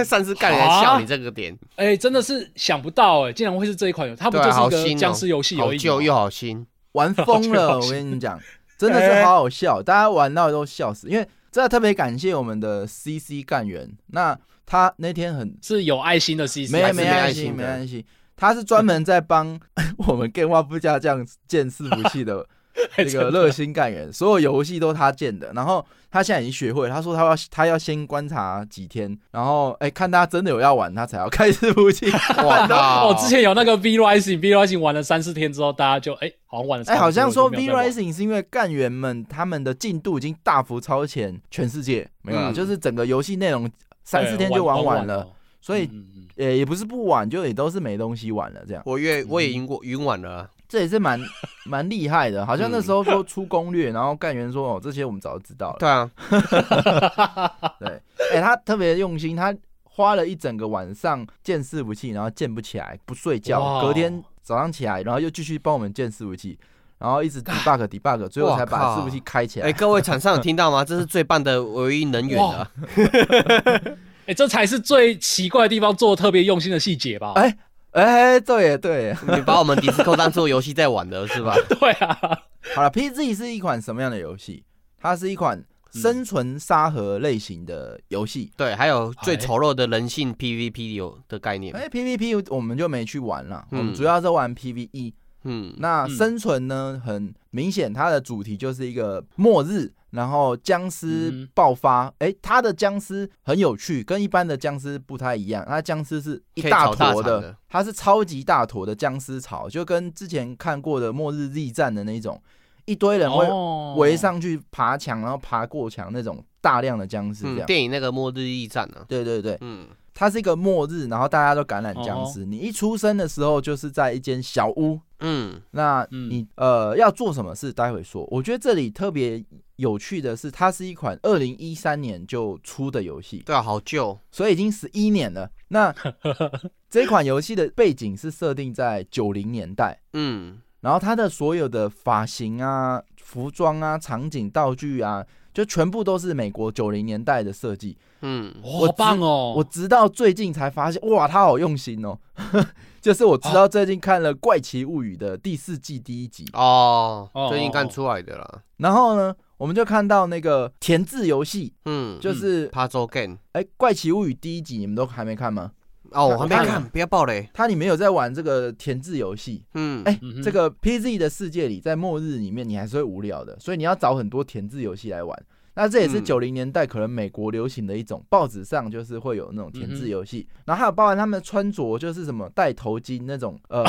上次干人笑你这个点，
哎、真的是想不到哎、竟然会是这一款游，它不
对
就
啊，好
是一
新
个
哦
僵尸游戏
好
而已
旧又
吗？
好 新。
玩疯了，
我觉得好
我
笑
跟你讲，真的是好好笑，大家玩到都笑死。因为真的特别感谢我们的 CC 干员，那他那天很
是有爱心的 CC，
没
还是
没
没
爱
爱
心，
心
没
的
爱心，他是专门在帮 我们电话不加酱建伺服器的
哎
这个热心干员，所有游戏都他建的。然后他现在已经学会了，他说他要他要先观察几天，然后哎、看他真的有要玩，他才要开伺 服器。
哇靠！
啊
哦，之前有那个 V Rising，V Rising 玩了三四天之后，大家就哎、好像玩了差
哎、
不多。
好像说
就
V
没有再玩
Rising 是因为干员们他们的进度已经大幅超前全世界，没有啦，
嗯
就是整个游戏内容三四
对
天就玩
完
完了，，所以
嗯嗯嗯
呃、也不是不晚，就也都是没东西玩了这样。
我越我也晕过晕晚了啊，
这也是蛮蛮厉害的。好像
嗯
那时候说出攻略，然后干员说哦，这些我们早就知道了。
对啊，
对，哎、他特别用心，他花了一整个晚上建伺服器，然后建不起来，不睡
哇
觉，
哦
隔天早上起来，然后又继续帮我们建伺服器，然后一直 debug debug，最后才把
啊靠
伺服器开起来。
哎，各位厂商有听到吗？ 这是最棒的唯一能源啊了
哇。哎、这才是最奇怪的地方，做的特别用心的细节吧？
哎哎、对耶对耶，
你把我们迪斯科当做游戏在玩的是 吧？
对啊，
好了，PZ 是一款什么样的游戏？它是一款
嗯
生存沙盒类型的游戏。
对，还有最
哎
丑陋的人性 PVP 有的概念。
哎、p v p 我们就没去玩了，
嗯
我们主要在玩 E PVE。
嗯，
那
嗯
生存呢，很明显，它的主题就是一个末日，然后僵
嗯
尸爆发。哎、它的僵尸很有趣，跟一般的僵尸不太一样。它僵尸是一
可以
大
炒大
坨
肠的
它是超级大坨的僵尸潮，就跟之前看过的末日 Z 战的那种，一堆人会
哦
围上去爬墙，然后爬过墙那种大量的僵尸这
嗯，
样。
电影那个《末日驿站》呢？
对对对，
嗯，
它是一个末日，然后大家都感染
哦
僵尸。你一出生的时候就是在一间小屋，
嗯，
那
嗯
你、呃要做什么事，待会说。我觉得这里特别有趣的是，它是一款二零一三年就出的游戏，
对啊，好旧。
所以已经十一年了。那 这款游戏的背景是设定在九零年代，
嗯，
然后它的所有的发型啊、服装啊、场景、道具啊，就全部都是美国九零年代的设计。
嗯，
哇好棒哦！
我直到最近才发现，哇，他好用心哦！ 就是我直
哦
到最近看了《怪奇物语》的第四季第一集，
哦
哦，
最近
哦
刚
哦
出来的啦。
然后呢，我们就看到那个填字游戏，
嗯，就
就是哎，
Puzzle Game。
《怪奇物语》第一集你们都还没看吗？
哦，我还没
我看
看，不要爆雷。
它里面有在玩这个填字游戏。
嗯，
哎
嗯哼，
这个 PZ 的世界里，在末日里面，你还是会无聊的，所以你要找很多填字游戏来玩。那这也是
嗯
九零年代可能美国流行的一种，报纸上就是会有那种填字游戏，然后还有包含他们的穿着，就是什么戴头巾那种，呃，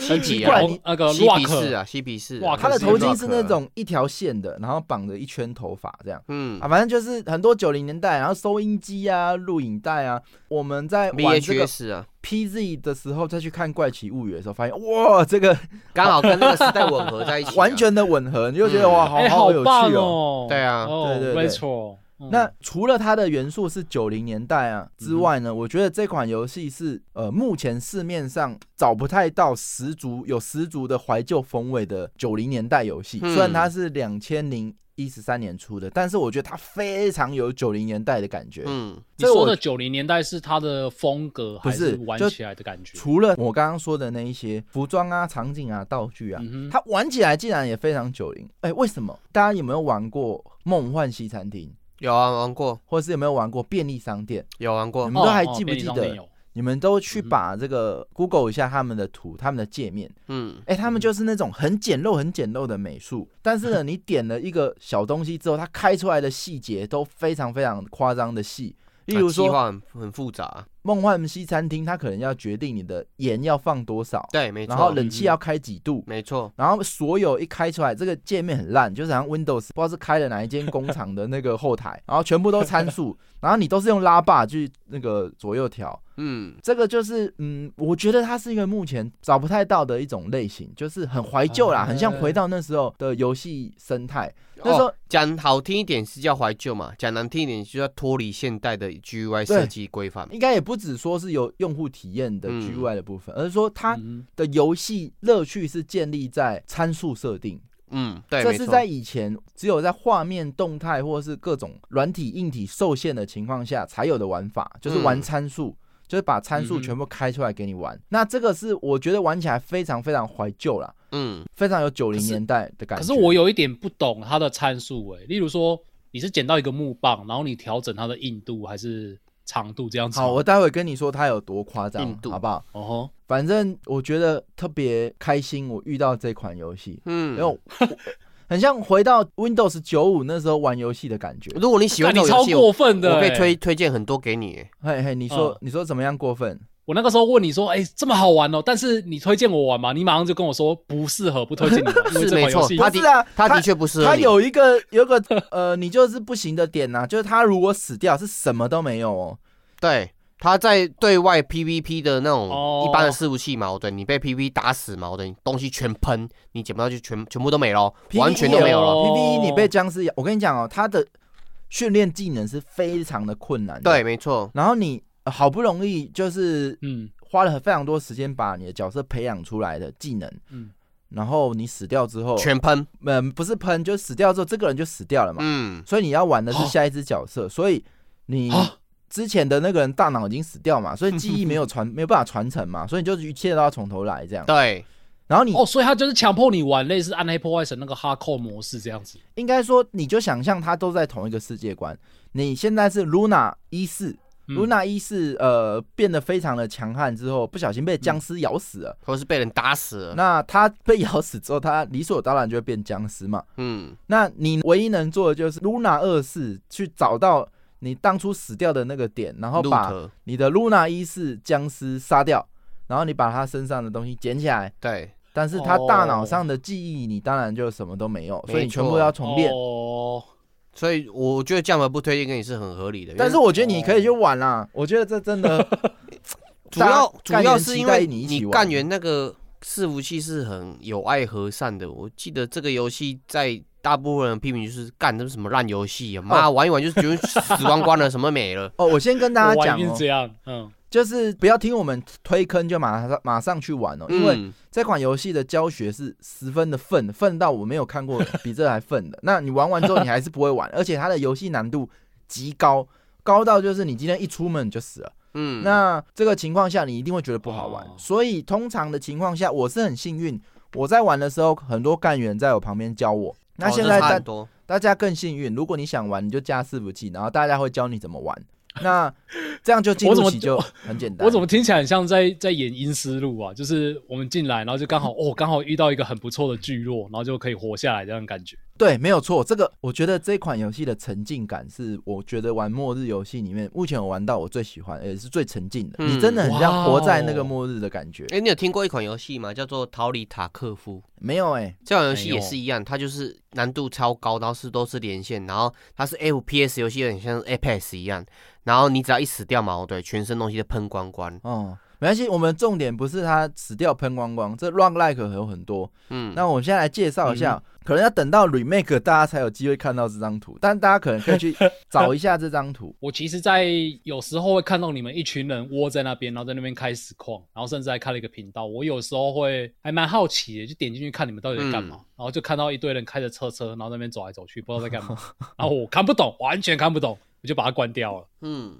嬉
奇
皮
怪
啊，
然
后那个
嬉皮
rock
士啊，嬉皮士啊。
哇
他的
可
头
是
巾是那，种一条线的，然后绑着一圈头发这样
嗯
啊，，反正就是很多九零年代，然后收音机啊、录影带啊，我们在玩这个
VHS 啊，
PZ 的时候，再去看《怪奇物语》的时候，发现哇，这个
刚好跟那个时代吻合在一起啊
。完全的吻合，你就觉得
嗯
哇，
哎、
好有
棒
趣哦。
哦！
对啊
哦
对对对
没错。嗯
那除了它的元素是九零年代啊之外
嗯
呢，我觉得这款游戏是呃目前市面上呃找不太到十足有十足的怀旧风味的九零年代游戏。
嗯
虽然它是两千零一十三年出的，但是我觉得它非常有九零年代的感觉。
嗯，
你
这
说
我
的九零年代是他的风格，还
不是
玩
就
起来的感觉？
除了我刚刚说的那一些服装啊、场景啊、道具啊，
嗯哼
它玩起来竟然也非常九零。哎，为什么？大家有没有玩过《梦幻西餐厅》，
有啊，玩过，
或是有没有玩过《便利商店》？
有玩过
你。
哦
们都还
哦
记不
便利
记
商
得
店嗯有
你们都去把这个 Google 一下他们的图、他们的界面，
嗯，
哎、他们就是那种很简陋、很简陋的美术，但是呢，你点了一个小东西之后，它开出来的细节都非常非常夸张的细。
啊
例如
啊计
说，
划很很复杂，啊
梦幻西餐厅，它可能要决定你的盐要放多少，
对，没错。
然后冷气要开几度，
没错，
然后所有一开出来，这个界面很烂，就是好像 Windows 不知道是开了哪一间工厂的那个后台，然后全部都参数，然后你都是用拉霸去那个左右调，
嗯，
这个就是，嗯，我觉得它是一个目前找不太到的一种类型，就是很怀旧啦，
啊
很像回到那时候的游戏生态。那时候
哦讲好听一点是叫怀旧嘛，讲难听一点就叫脱离现代的 GUI
对
设计规范。
应该也不只说是有用户体验的
嗯
GUI 的部分，而是说它
嗯
的游戏乐趣是建立在参数设定，
嗯，
哎
对，
这
没
是
错。
在以前只有在画面动态或是各种软体硬体受限的情况下才有的玩法，就是玩
嗯
参数。就是把参数
嗯
全部开出来给你玩，那这个是我觉得玩起来非常非常怀旧啦，
嗯，
非常有九零
可是
年代的感
可
觉。
是我有一点不懂它的参数诶，例如说你是捡到一个木棒，然后你调整它的硬度还是长度这样子吗？
好，我待会跟你说它有多夸张
印，度
好不好？
哦吼，
反正我觉得特别开心，我遇到这款游戏，
嗯
因为我 很像回到 Windows 九五那时候玩游戏的感
嗯
觉。
如果你喜欢
干你
这种
超
游戏，
过
我
分的、
我可以
欸
推推荐很多给你耶。
嘿嘿，你说
嗯
你说怎么样过分？
我那个时候问你说，哎、这么好玩哦，但是你推荐我玩吗？你马上就跟我说不适合，不推荐你 玩，因为
是
这
没
款游
错
戏，
他
不是啊
的他
他
的确不适合
它
你。
有一个有一个啊呃，你就是不行的点呐、就是它如果死掉是什么都没有哦。
对，他在对外 PVP 的那种
哦
一般的伺服器矛盾，你被 PVP 打死矛盾，东西全喷，你捡不到就全全部都没了，
PVE
完全都没有
哦
了。
P V E 你被僵尸咬，我跟你讲哦，他的训练技能是非常的困难的。
对，，没错，
然后你呃好不容易就是
嗯，
花了非常多时间把你的角色培养出来的技能，
嗯
然后你死掉之后，
全喷。
嗯、不是喷，就死掉之后这个人就死掉了嘛，
嗯，
所以你要玩
哦
的是下一只角色，所以你
啊
之前的那个人大脑已经死 掉嘛，所以记忆没有传， 没有办法传承嘛，所以你就一切都要从头来这样。
对，
然后你
哦，所以他就是强迫你玩类似暗黑破坏神那个哈扣模式这样子。
应该说，你就想象它都在同一个世界观。你现在是 Luna 一四、
嗯
l u n a 一四呃变得非常的强悍之后，不小心被僵尸咬死了。
或者是被人打死
嗯
了。
那他被咬死之后，他理所当然就会变僵尸嘛。
嗯，
那你唯一能做的就是 Luna 二四去找到你当初死掉的那个点，然后
路
把
特
你的 Luna 一四僵尸杀掉，然后你把他身上的东西捡起来。
对，
但是他大脑
哦
上的记忆，你当然就什么都没有，所以你
没
全部
错
要重练。
哦，
所以我觉得降维不推荐跟你是很合理的。
但是
因为
我觉得你可以去玩啦，我觉得这真的
主要主
大家干
要
员
是
期
因
待
为
你一起
你
玩
干员那个伺服器是很友爱和善的。我记得这个游戏在大部分人批评就是干这是什么烂游
哦
戏啊，妈玩一玩就觉得死光光了，什么没了。
哦。我先跟大
我
家
玩
讲
一定是
哦
这，样，嗯，
就是不要听我们推坑就马上马上去玩 哦，因为
嗯，
这款游戏的教学是十分的愤，愤到我没有 看过比这还愤的。那你玩完之后你还是不会玩，而且它的游戏难度极高，高到就是你今天一出门你就死了。
嗯
那这个情况下，你一定会觉得不好玩。
哦
所以通常的情况下，我是很幸运，我在玩的时候，很多干员在我旁边教我。那
哦
现
这
在
差
大
很多，
大家更幸运，如果你想玩，你就加伺服器，然后大家会教你怎么玩。那这样就进入起就很简单。
我怎么听起来很像在在演阴思路啊？就是我们进来，然后就刚好哦，刚好遇到一个很不错的聚落，然后就可以活下来这样的感觉。
对？没有错，这个我觉得这款游戏的沉浸感是我觉得玩末日游戏里面目前我玩到我最喜欢，也是最沉浸的。
嗯
你真的很像
哇哦
活在那个末日的感觉。
哎，你有听过一款游戏吗？叫做《逃离塔克夫》。
没有哎、
这款游戏
没
也
有
是一样，它就是难度超高，然后是都是连线，然后它是 FPS 游戏，有点像 Apex 一样，然后你只要一死掉嘛，哦对，全身东西都喷光光。
哦，没关系，我们重点不是它死掉喷光光，这 run like 有很多。
嗯，
那我们现在来介绍一下，
嗯
可能要等到 remake 大家才有机会看到这张图，但大家可能可 以去找一下这张图。
我其实，在有时候会看到你们一群人窝在那边，然后在那边开实况，然后甚至还开了一个频道。我有时候会还蛮好奇的，就点进去看你们到底在干嘛，
嗯
然后就看到一堆人开着车车，然后在那边走来走去，不知道在干 嘛。然后我看不懂，完全看不懂，我就把它关掉了。
嗯，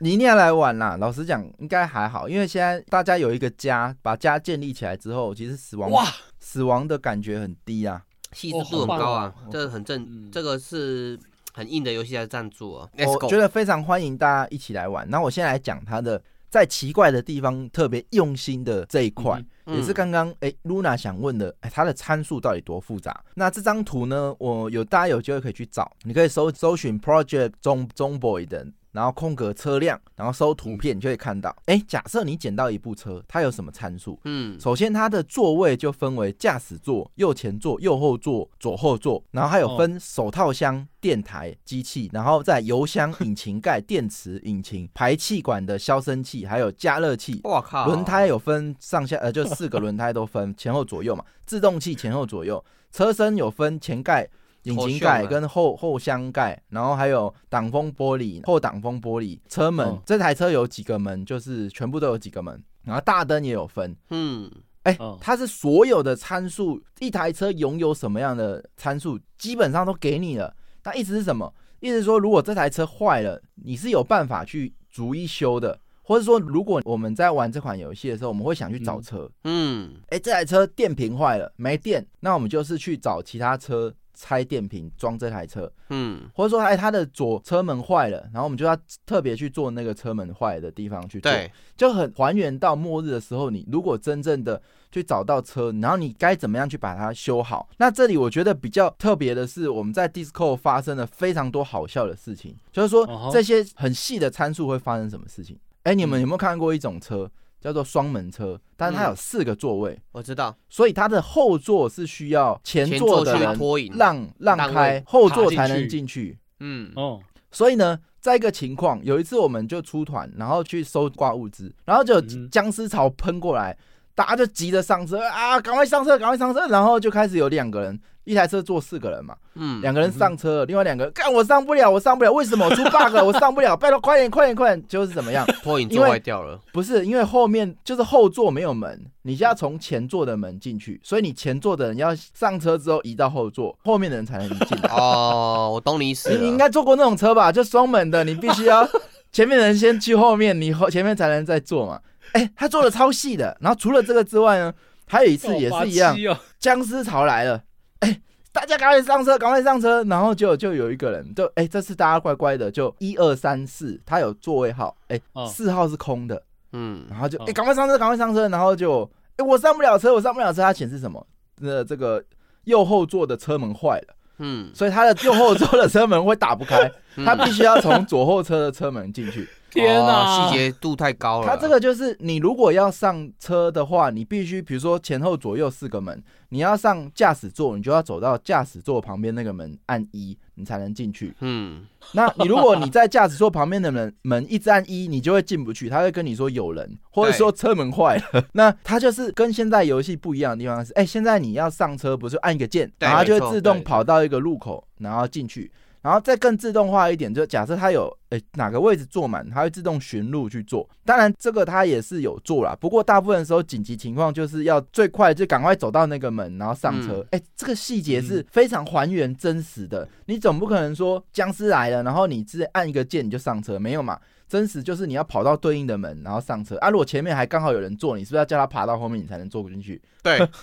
你一定要来玩啦！老实讲，应该还好，因为现在大家有一个家，把家建立起来之后，其实死亡
哇，
死亡的感觉很低啊。
细致度很高啊，
哦好棒哦
这个很正，
嗯
这个是很硬的游戏在赞助啊。Let's
我
go，
觉得非常欢迎大家一起来玩。那我先来讲它的在奇怪的地方特别用心的这一
嗯
块。也是刚刚哎，Luna 想问的，哎，它的参数到底多复杂？那这张图呢，我有大家有机会可以去找，你可以搜搜寻 Project 中中 boy 的，然后空格车辆，然后搜图片，你就会看到。哎，假设你捡到一部车，它有什么参数？
嗯，
首先，它的座位就分为驾驶座、右前座、右后座、左后座，然后还有分手套箱、电台、机器，然后在油箱、引擎盖、电池、引擎、排气管的消声器，还有加热器。
我靠，
轮胎有分上下，呃， 就四个轮胎都分前后左右嘛。制动器前后左右，车身有分前盖、引
后
擎
箱啊
盖跟后后箱盖，然后还有挡风玻璃、后挡风玻璃、车门。
嗯
这台车有几个门，就是全部都有几个门。然后大灯也有分，
嗯，
哎、
嗯
它是所有的参数，一台车拥有什么样的参数，基本上都给你了。那意思是什么？意思是说，如果这台车坏了，你是有办法去逐一修的，或者说，如果我们在玩这款游戏的时候，我们会想去找车。
嗯，
哎、这台车电瓶坏了，没电，那我们就是去找其他车拆电瓶装这台车，
嗯，
或者说，哎，它的左车门坏了，然后我们就要特别去做那个车门坏的地方去做。
对，
就很还原到末日的时候，你如果真正的去找到车，然后你该怎么样去把它修好？那这里我觉得比较特别的是，我们在 Disco 发生了非常多好笑的事情，就是说
哦吼
这些很细的参数会发生什么事情？哎、你们
嗯
有没有看过一种车叫做双门车？但是它有
嗯
四个座位，
我知道，
所以它的后座是需要前
前座
座的
去
人
拖引，
让让
让位
开，后座
爬进
才能
去
进去。
嗯，
哦，
所以呢，再一个情况，有一次我们就出团，然后去搜刮物资，然后就有
嗯
僵尸潮喷过来，大家就急着上车啊，赶快上车，赶快上车，然后就开始有两个人，一台车坐四个人嘛，
嗯，
两个人上车了，另外两个干我上不了，我上不了，为什么我出 bug 了，我上不了，拜托快点快点快点，就是怎么样？
拖影
因
做
为
坏掉了，
不是因为后面就是后座没有门，你就要从前座的门进去，所以你前座的人要上车之后移到后座，后面的人才能进来。
哦，我懂你意思
啊
你你应
了。
该坐过那种车吧？就双门的，你必 须要前面的人先去后面，你后前面才能再坐嘛。哎、他做的超细的。然后除了这个之外呢，还有一次也是一样，
哦
僵尸潮来了，哎、大家赶快上车，赶快上车。然后就就有一个人，就哎、这次大家乖乖的，就一二三四，他有座位号，哎、
哦
四、号是空的，
嗯，
然后就
哦
哎，赶、快上车，赶快上车，然后就哎、我上不了车，我上不了车，它显示什么？呃，这个右后座的车门坏了，
嗯，
所以它的右后座的车门会打不开，
嗯
它必须要从左后车的车门进去。
天啊
哦
哪，
细节度太高了。
它这个就是你如果要上车的话，你必须比如说前后左右四个门，你要上驾驶座，你就要走到驾驶座旁边那个门按一，你才能进去。
嗯，
那你如果你在驾驶座旁边的门门一直按一，你就会进不去，他会跟你说有人，或者说车门坏了。那它就是跟现在游戏不一样的地方是，哎、现在你要上车不是按一个键，
对
然后它就
没错
会自动
对
跑到一个路口，然后进去。然后再更自动化一点，就假设它有诶、哪个位置坐满，它会自动寻路去做。当然这个它也是有做啦，不过大部分的时候紧急情况就是要最快就赶快走到那个门，然后上
嗯
车。哎、这个细节是非常还原真实的，你总不可能说僵尸来了，然后你只按一个键你就上车，没有嘛？真实就是你要跑到对应的门，然后上车啊。如果前面还刚好有人坐，你是不是要叫他爬到后面你才能坐进去？
对，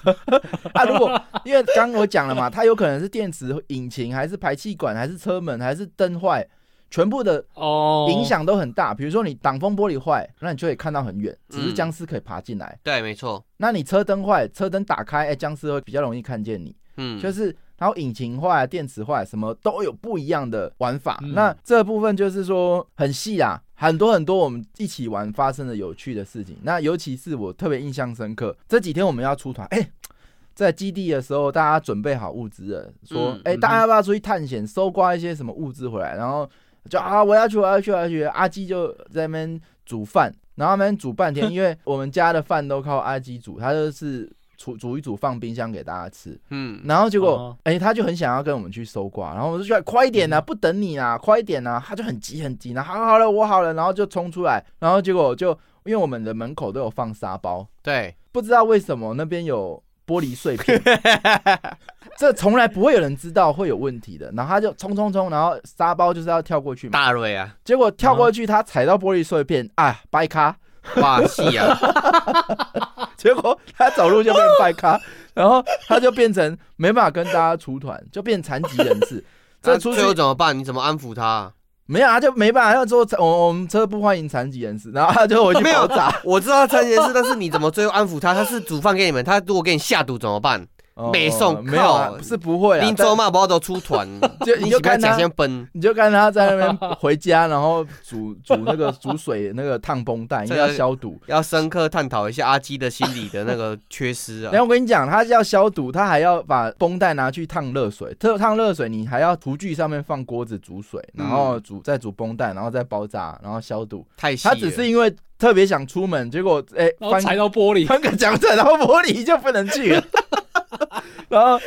啊，如果因为刚刚我讲了嘛，它有可能是电池、引擎，还是排气管，还是车门，还是灯坏，全部的
哦，
影响都很大。比如说你挡风玻璃坏，那你就可以看到很远，只是
嗯
僵尸可以爬进来。
对，没错。
那你车灯坏，车灯打开，哎、僵尸会比较容易看见你。
嗯，
就是是然后引擎坏、电池坏，什么都有不一样的玩法。
嗯
那这部分就是说很细啦，很多很多我们一起玩发生的有趣的事情。那尤其是我特别印象深刻，这几天我们要出团，哎、在基地的时候，大家准备好物资了，说
嗯，
哎、
嗯
大家要不要出去探险，搜刮一些什么物资回来？然后就啊，我要去，我要去，我要去。阿基就在那边煮饭，然后他们煮半天，因为我们家的饭都靠阿基煮，他就是煮煮一煮放冰箱给大家吃。
嗯，
然后结果
哦，
哎、他就很想要跟我们去搜刮，然后我们就说快一点呐、不等你啊，快一点呐、他就很急很急，然后好好了，我好了，然后就冲出来，然后结果就因为我们的门口都有放沙包，
对，
不知道为什么那边有玻璃碎片，这从来不会有人知道会有问题的，然后他就冲冲冲，然后沙包就是要跳过去嘛，
大瑞啊，
结果跳过去他踩到玻璃碎片啊，掰咖，
哇，戏啊，
结果他走路就变掰咖，然后他就变成没办法跟大家出团，就变残疾人 士。这
那
出
啊最
去
后怎么办？你怎么安抚他？
没有啊，就没办法，要做我我们车不欢迎残疾人士，然后他就回去
没有
爆炸。
我知道他残疾人士，但是你怎么最后安抚他？他是煮饭给你们，他如果给你下毒怎么办？
哦
没送
没有啊
靠，
是不会啊。
林州嘛，不要都出团，
就
你
你
喜
就
欢
看他
讲先奔，
但你就看他在那 边回家，然后煮煮那个煮水那个烫绷带，因为要消毒。
要深刻探讨一下阿基的心理的那个缺失
然
啊。
后我跟你讲，他要消毒，他还要把绷带拿去烫热水，特烫热水，你还要厨具上面放锅子煮水，然
嗯
后煮再煮绷带，然后再包扎，然后消毒。
太细了，
他只是因为特别想出门，结果哎、
然后
翻
踩到玻璃，
翻个墙角，然后玻璃就不能去了。 然后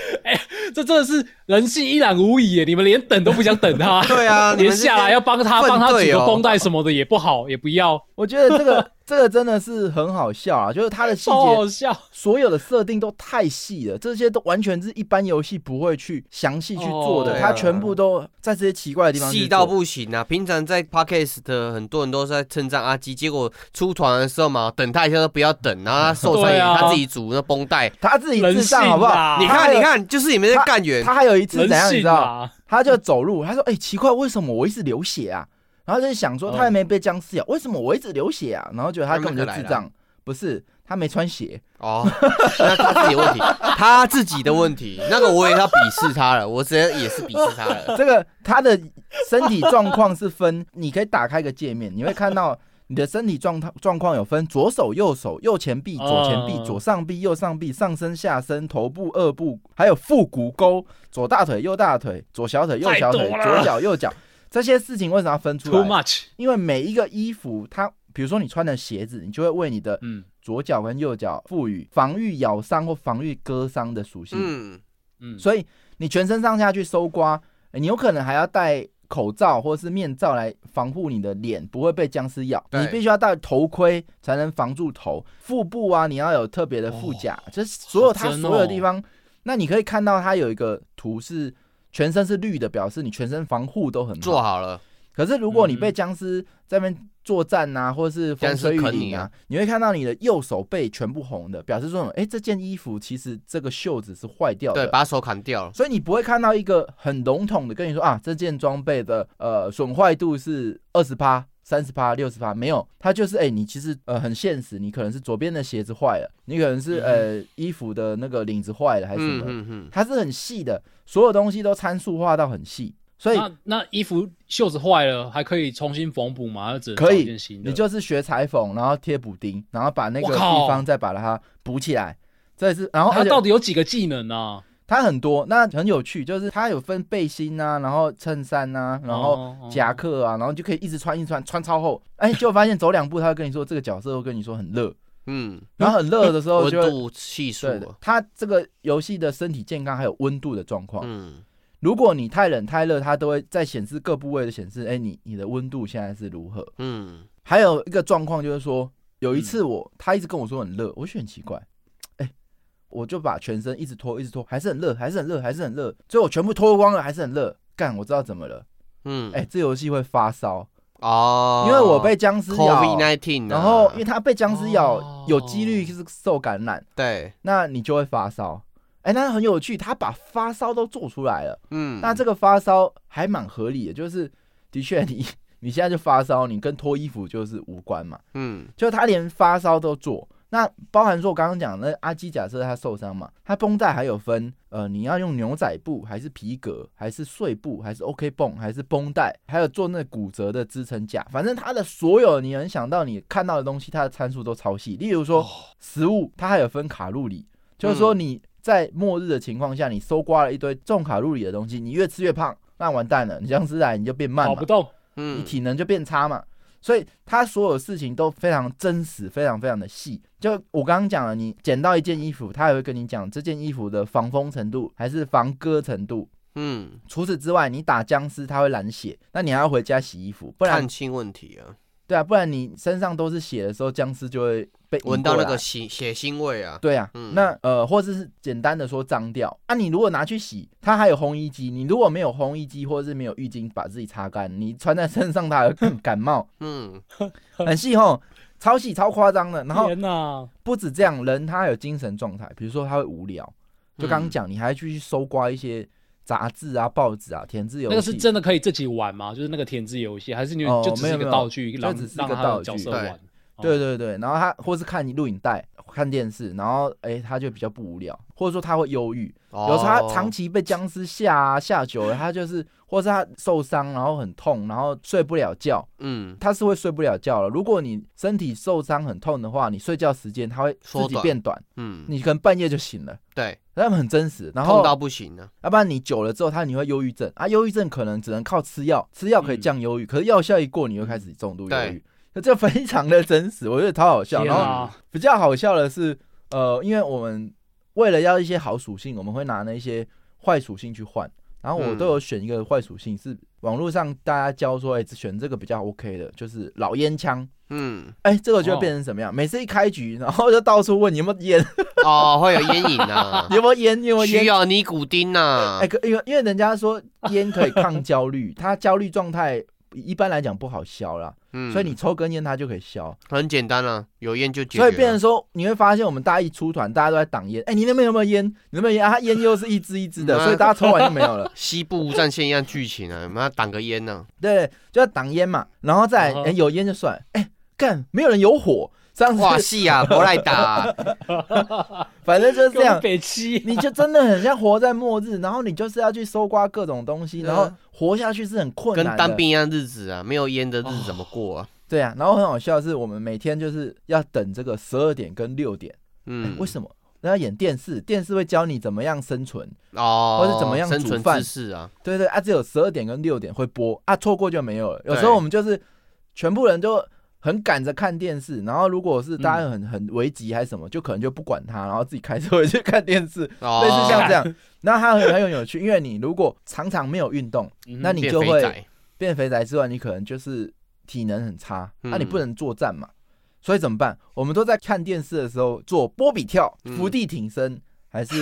这真的是人性一览无遗耶！你们连等都不想等 他，
对啊，你
连
们这些
下来要帮他
奋
帮他
队
几个
哦
绷带什么的也不好，也不要，
我觉得 这个这个真的是很好笑啊，就是它的细
超好
节，
笑。
所有的设定都太细了，这些都完全是一般游戏不会去详细去做
哦
的，
对啊
它全部都在这些奇怪的地方去
细到
做
不行啊！平常在 podcast 的很多人都是在称赞阿基，结果出团的时候嘛，等他一下都不要等，然后他 受伤
对
也、
啊
他自己组那绷带。
他自己智
人性
障好不好？
啦
你
他还
看，
有
你看，就是你们在干员，
他还有一次
人
怎样，你知
性
道？
啊，
他就走路，他说：“哎、奇怪，为什么我一直流血啊？”然后就想说
嗯
他还没被僵尸咬，为什么我一直流血啊？然后觉得他
他们
根本就
可来
智
了
障，不是他没穿鞋，
哦，那他自己的问题，他自己的问题。那个我也要鄙视他了，我直接也是鄙视他了。
这个他的身体状况是分，你可以打开一个界面，你会看到你的身体状态状况有分左手、右手、右前臂、左前臂、
哦
左上臂、右上臂、上身、下身、头部、二部，还有腹股沟、左大腿、右大腿、左小腿、右小腿
太多、了
左脚、右脚。这些事情为什么要分 出
too
来？
much，
因为每一个衣服，它比如说你穿的鞋子，你就会为你的
嗯
左脚跟右脚赋予防御咬伤或防御割伤的属性。
嗯，
嗯，
所以你全身上下去搜刮，呃你有可能还要戴口罩或是面罩来防护你的脸不会被僵尸咬，
对
你必须要戴头盔才能防住头，腹部啊你要有特别的腹甲，就是所有它
好真哦
所有地方，那你可以看到它有一个图是全身是绿的，表示你全身防护都很
做
好。
好了，
可是如果你被
嗯
僵尸在那边作战啊，或者是风
僵尸
吹雨
啃
淋
你
啊
啊，
你会看到你的右手背全部红的，表示说，哎、这件衣服其实这个袖子是坏掉的，
对，把手砍掉了，
所以你不会看到一个很笼统的跟你说啊，这件装备的呃损坏度是二十趴、三十趴、六十趴，没有，它就是哎、你其实呃很现实，你可能是左边的鞋子坏了，你可能
嗯
是呃衣服的那个领子坏了还是
嗯
什么，
嗯嗯，
它是很细的，所有东西都参数化到很细，所以
那那衣服袖子坏了，还可以重新缝补吗？还是只能
可
找一
以
件，新的
你就是学裁缝，然后贴补丁，然后把那个
我
地
靠
方再把它补起来，这是然后
他
而且
啊到底有几个技能啊？
它很多，那很有趣，就是它有分背心啊，然后衬衫啊，然后
哦哦
夹克啊，然后你就可以一直穿一直穿，穿超厚。哎，就发现走两步，他会跟你说这个角色会跟你说很热，
嗯，
然后很热的时候
温
就会
度啊系数
对，它这个游戏的身体健康还有温度的状况。
嗯，
如果你太冷太热，它都会在显示各部位的显示，哎，你你的温度现在是如何？
嗯
还有一个状况就是说，有一次我、他一直跟我说很热，我觉得很奇怪，哎、我就把全身一直脱，一直脱，还是很热，还是很热，还是很热，最后我全部脱光了，还是很热。干，我知道怎么了，
嗯，
哎、这游戏会发烧，
哦，
因为我被僵尸
COVID
咬，
nineteen，啊
然后因为它被僵尸
哦
咬，有几率是受感染，
对，
那你就会发烧。哎、那很有趣，他把发烧都做出来了。
嗯，
那这个发烧还蛮合理的，就是的确你 你现在就发烧，你跟脱衣服就是无关嘛。
嗯
就他连发烧都做。那包含说，我刚刚讲的那阿基假设他受伤嘛，他绷带还有分，呃，你要用牛仔布还是皮革，还是碎布，还是 OK 绷，还是绷带，还有做那骨折的支撑架，反正它的所有你能想到你看到的东西，它的参数都超细。例如说食物，它还有分卡路里，就是说
嗯
你在末日的情况下，你搜刮了一堆重卡路里的东西，你越吃越胖，那完蛋了，你僵尸来你就变慢
跑
嘛
不，动，
你
嗯，
体能就变差嘛。所以他所有事情都非常真实，非常非常的细。就我刚刚讲了，你捡到一件衣服，他也会跟你讲这件衣服的防风程度还是防割程度。
嗯，
除此之外，你打僵尸他会染血，那你还要回家洗衣服，不然
看清问题啊，
对啊，不然你身上都是血的时候，僵尸就会被
闻到那
移过
个
来
血血腥味啊，
对啊，
嗯
那呃，或者是简单的说脏掉啊，你如果拿去洗，它还有烘衣机，你如果没有烘衣机或者是没有浴巾把自己擦干，你穿在身上它还会感冒。
嗯
很细吼，超细超夸张的。然后
天哪，
不止这样，人他还有精神状态，比如说他会无聊，就刚刚讲，你还去去搜刮一些杂志啊、报纸啊、填字游戏，
那个是真的可以自己玩吗？就是那个填字游戏，还是你
哦
就只
没
是一
有没有
个道具，让
就只是一
让
个
他
道
的
具
角色
对
玩？哦
对对对，然后他或是看你录影带、看电视，然后哎、他就比较不无聊，或者说他会忧郁。
哦
有时候他长期被僵尸吓啊吓久了，他就是，或是他受伤，然后很痛，然后睡不了觉，
嗯
他是会睡不了觉了。如果你身体受伤很痛的话，你睡觉时间他会自
缩
己
短
变短，
嗯，
你可能半夜就醒了。
对，
他们很真实，然后
痛到不行了，
要不然你久了之后，他你会忧郁症啊，忧郁症可能只能靠吃药，吃药可以降忧郁，可是药效一过，你又开始重度忧
嗯
郁，那这非常的真实，我觉得超好笑。
天
然
啊
后
哪，
比较好笑的是，呃，因为我们为了要一些好属性，我们会拿那些坏属性去换。然后我
嗯
都有选一个坏属性，是网络上大家教说，哎、选这个比较 OK 的，就是老烟枪。
嗯，
哎、这个就会
哦
变成什么样？每次一开局，然后就到处问你有没有烟，，
哦，会有烟瘾啊
有没有烟，有没有烟
需，要尼古丁呐
哎、，可因为因为人家说烟可以 抗焦虑，他焦虑状态一般来讲不好消啦，
嗯，
所以你抽根烟它就可以消，
很简单啊，有烟就解决
所
了，
以变成说你会发现我们大家一出团，大家都在挡烟，哎、你那边有没有烟？你那边有烟啊？它烟又是一支一支的，
嗯
所以大家抽完就没有了，
西部无战线一样剧情啊，妈挡个烟呢，
对，就要挡烟嘛，然后再来
嗯哼
哎、有烟就算，哎、干没有人有火，上
哇
次
戏啊，不赖打，
反正就是这样
跟。北七，
你就真的很像活在末日，然后你就是要去搜刮各种东西，
嗯
然后活下去是很困
跟
难的。哦
当兵一样日子啊，没有烟的日子怎么过啊？
对啊，然后很好笑的是，我们每天就是要等这个十二点跟六点。哎
嗯，
为什么？然后演电视，电视会教你怎么样生存，
哦，
或是怎么样
生
煮
存
饭
知识啊？
对对啊，只有十二点跟六点会播啊，错过就没有了。有时候
对
我们就是全部人就很赶着看电视，然后如果是大
嗯
家很、很危急还是什么，就可能就不管它，然后自己开车 回去看电视，
哦，
类似像这样。然后它很很有趣，因为你如果常常没有运动，
嗯哼
那你
变
就
肥
会
仔
变肥宅之外，你可能就是体能很差，那、
嗯
你不能作战嘛，所以怎么办？我们都在看电视的时候做波比跳、
嗯
伏地挺身，还是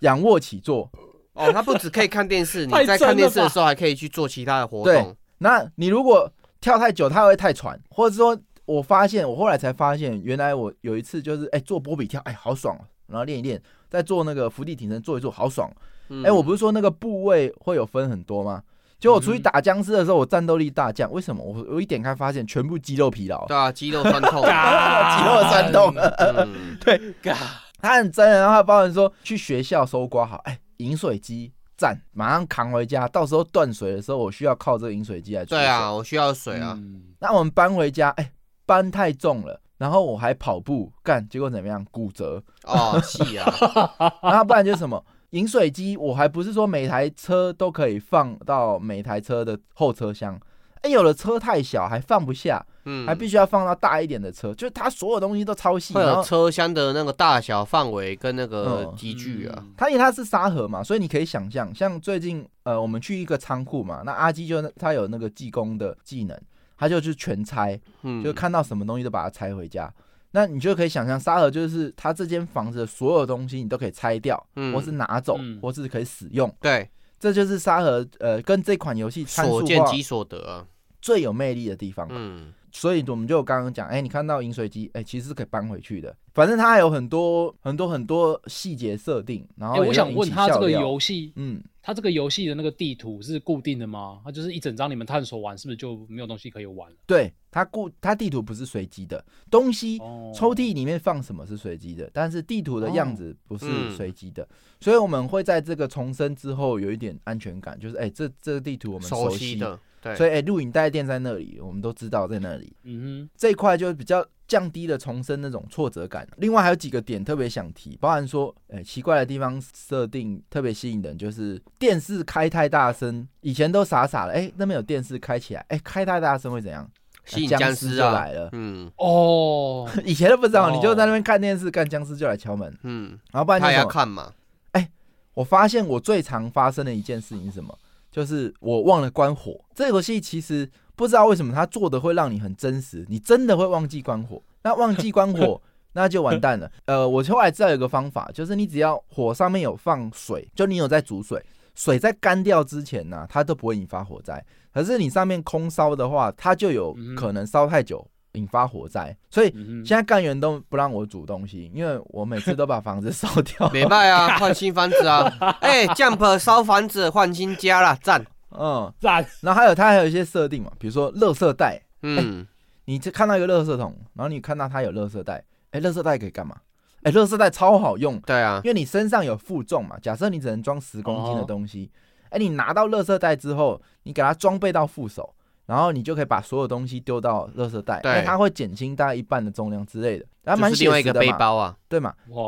仰卧起坐？
哦，他不只可以看电 视，你
太
在
真
看电
了
视的
吧
时候还可以去做其他的活
对
动。
那你如果跳太久，它会太喘，或者说我发现，我后来才发现，原来我有一次就是哎、做波比跳，哎、好爽、哦，然后练一练，再做那个伏地挺身，做一做好爽。
嗯
哎、我不是说那个部位会有分很多吗？就我出去
嗯
打僵尸的时候，我战斗力大降，为什么？我我一点开发现全部肌肉疲劳，
对啊，肌肉酸 痛。
嘎
肌肉酸痛。
嗯
嘎，
他很真，然后他包含说去学校搜刮好，哎、饮水机赞，马上扛回家，到时候断水的时候，我需要靠这个饮水机来。
对啊，，我需要水啊。
嗯
那我们搬回家，哎、搬太重了，然后我还跑步干，结果怎么样？骨折。
哦，气 啊。
然后不然就是什么？ 饮水机，我还不是说每台车都可以放到每台车的后车厢，哎、有的车太小还放不下，
嗯，
还必须要放到大一点的车，就是它所有东西都超细，
会
然
有
后
车厢的那个大小范围跟那个
嗯
集距啊。，
它因为它是沙盒嘛，所以你可以想象，像最近呃，我们去一个仓库嘛，那阿基就他有那个技工的技能，他就去全拆，
嗯，
就看到什么东西都把它拆回家。那你就可以想象，沙盒就是他这间房子的所有东西你都可以拆掉，
嗯
或是拿走，
嗯
或是可以使用。
对，
这就是沙盒呃跟这款游戏参数
所见
化
即所得啊。
最有魅力的地方。
嗯，
所以我们就刚刚讲，哎、你看到饮水机，哎、其实是可以搬回去的。反正它还有很多很多很多细节设定，然后
哎，
也
我
要
想
引
问
起
他这
笑
个
料
游戏，
嗯，
他这个游戏的那个地图是固定的吗？它就是一整张，你们探索完是不是就没有东西可以玩了？
对，它固它地图不是随机的，东西
哦
抽屉里面放什么是随机的，但是地图的样子不是
嗯
随机的，所以我们会在这个重生之后有一点安全感，就是哎、这这个地图我们熟
熟悉的，对，
所以哎，录、影带店在那里，我们都知道在那里。
嗯
这一块就比较降低了重生那种挫折感。另外还有几个点特别想提，包含说，呃、奇怪的地方设定特别吸引人，就是电视开太大声，以前都傻傻的，哎、那边有电视开起来，哎、开太大声会怎样？
吸引
僵
僵
尸
尸
就
啊
来了
嗯
哼，哦，
以前都不知道，
哦
你就在那边看电视，干僵尸就来敲门，
嗯，
然后不然就
他也
什
要
么？
看嘛。
我发现我最常发生的一件事情是什么？就是我忘了关火。这个游戏其实不知道为什么它做的会让你很真实，你真的会忘记关火。那忘记 关火，那就完蛋了。呃，我后来知道有个方法，就是你只要火上面有放水，就你有在煮水，水在干掉之前呢、它都不会引发火灾。可是你上面空烧的话，它就有
嗯
可能烧太久引发火灾。所以
嗯哼，
现在干员都不让我煮东西，因为我每次都把房子烧 掉。
没办啊，换新房子啊！哎，Jump 烧房子换新家啦，赞！
嗯，
赞，
然后还有它还有一些设定嘛，比如说垃圾袋，
嗯，
你这看到一个垃圾桶，然后你看到它有垃圾袋，哎，垃圾袋可以干嘛？哎，垃圾袋超好用，
对啊
因，为你身上有负重嘛，假设你只能装十公斤的东西，哎，你拿到垃圾袋之后，你给它装备到副手，然后你就可以把所有东西丢到垃圾袋，
对
哎它会减轻大概一半的重量之类的，然后蛮
就是
写
另外一
实
个
的
背
嘛，
包啊。
对嘛？
哇，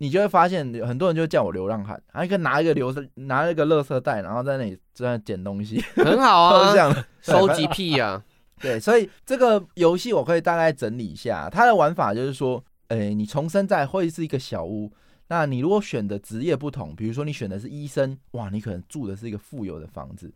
你就会发现很多人就叫我流浪汉，还可以拿一个流拿一个垃圾袋，然后在那里在那捡东西，
很好
都是这
啊，
样。对
收集癖啊，
对，所以这个游戏我可以大概整理一下，它的玩法就是说，诶，你重生在会是一个小屋。那你如果选的职业不同，比如说你选的是医生，哇，你可能住的是一个富有的房子；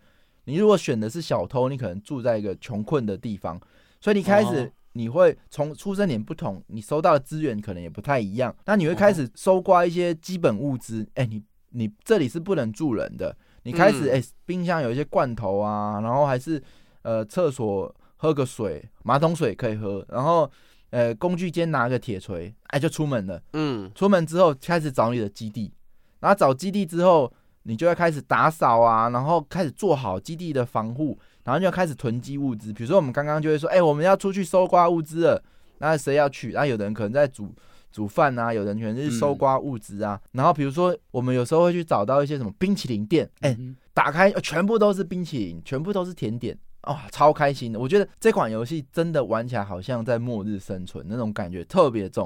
你如果选的是小偷，你可能住在一个穷困的地方。所以你开
哦
始你会从出生点不同，你收到的资源可能也不太一样。那你会开始搜刮一些基本物资，哎、你你这里是不能住人的。你开始哎、冰箱有一些罐头啊，然后还是呃厕所喝个水，马桶水可以喝，然后呃工具间拿个铁锤，哎就出门了。
嗯，
出门之后开始找你的基地，然后找基地之后，你就要开始打扫啊，然后开始做好基地的防护，然后就要开始囤积物资。比如说我们刚刚就会说，哎、我们要出去搜刮物资了，那谁要去？然后有的人可能在煮煮饭啊，有的人可能是搜刮物资啊。然后比如说我们有时候会去找到一些什么冰淇淋店，哎、
嗯
打开呃全部都是冰淇淋，全部都是甜点。啊、超开心的！我觉得这款游戏真的玩起来好像在末日生存那种感觉特别重。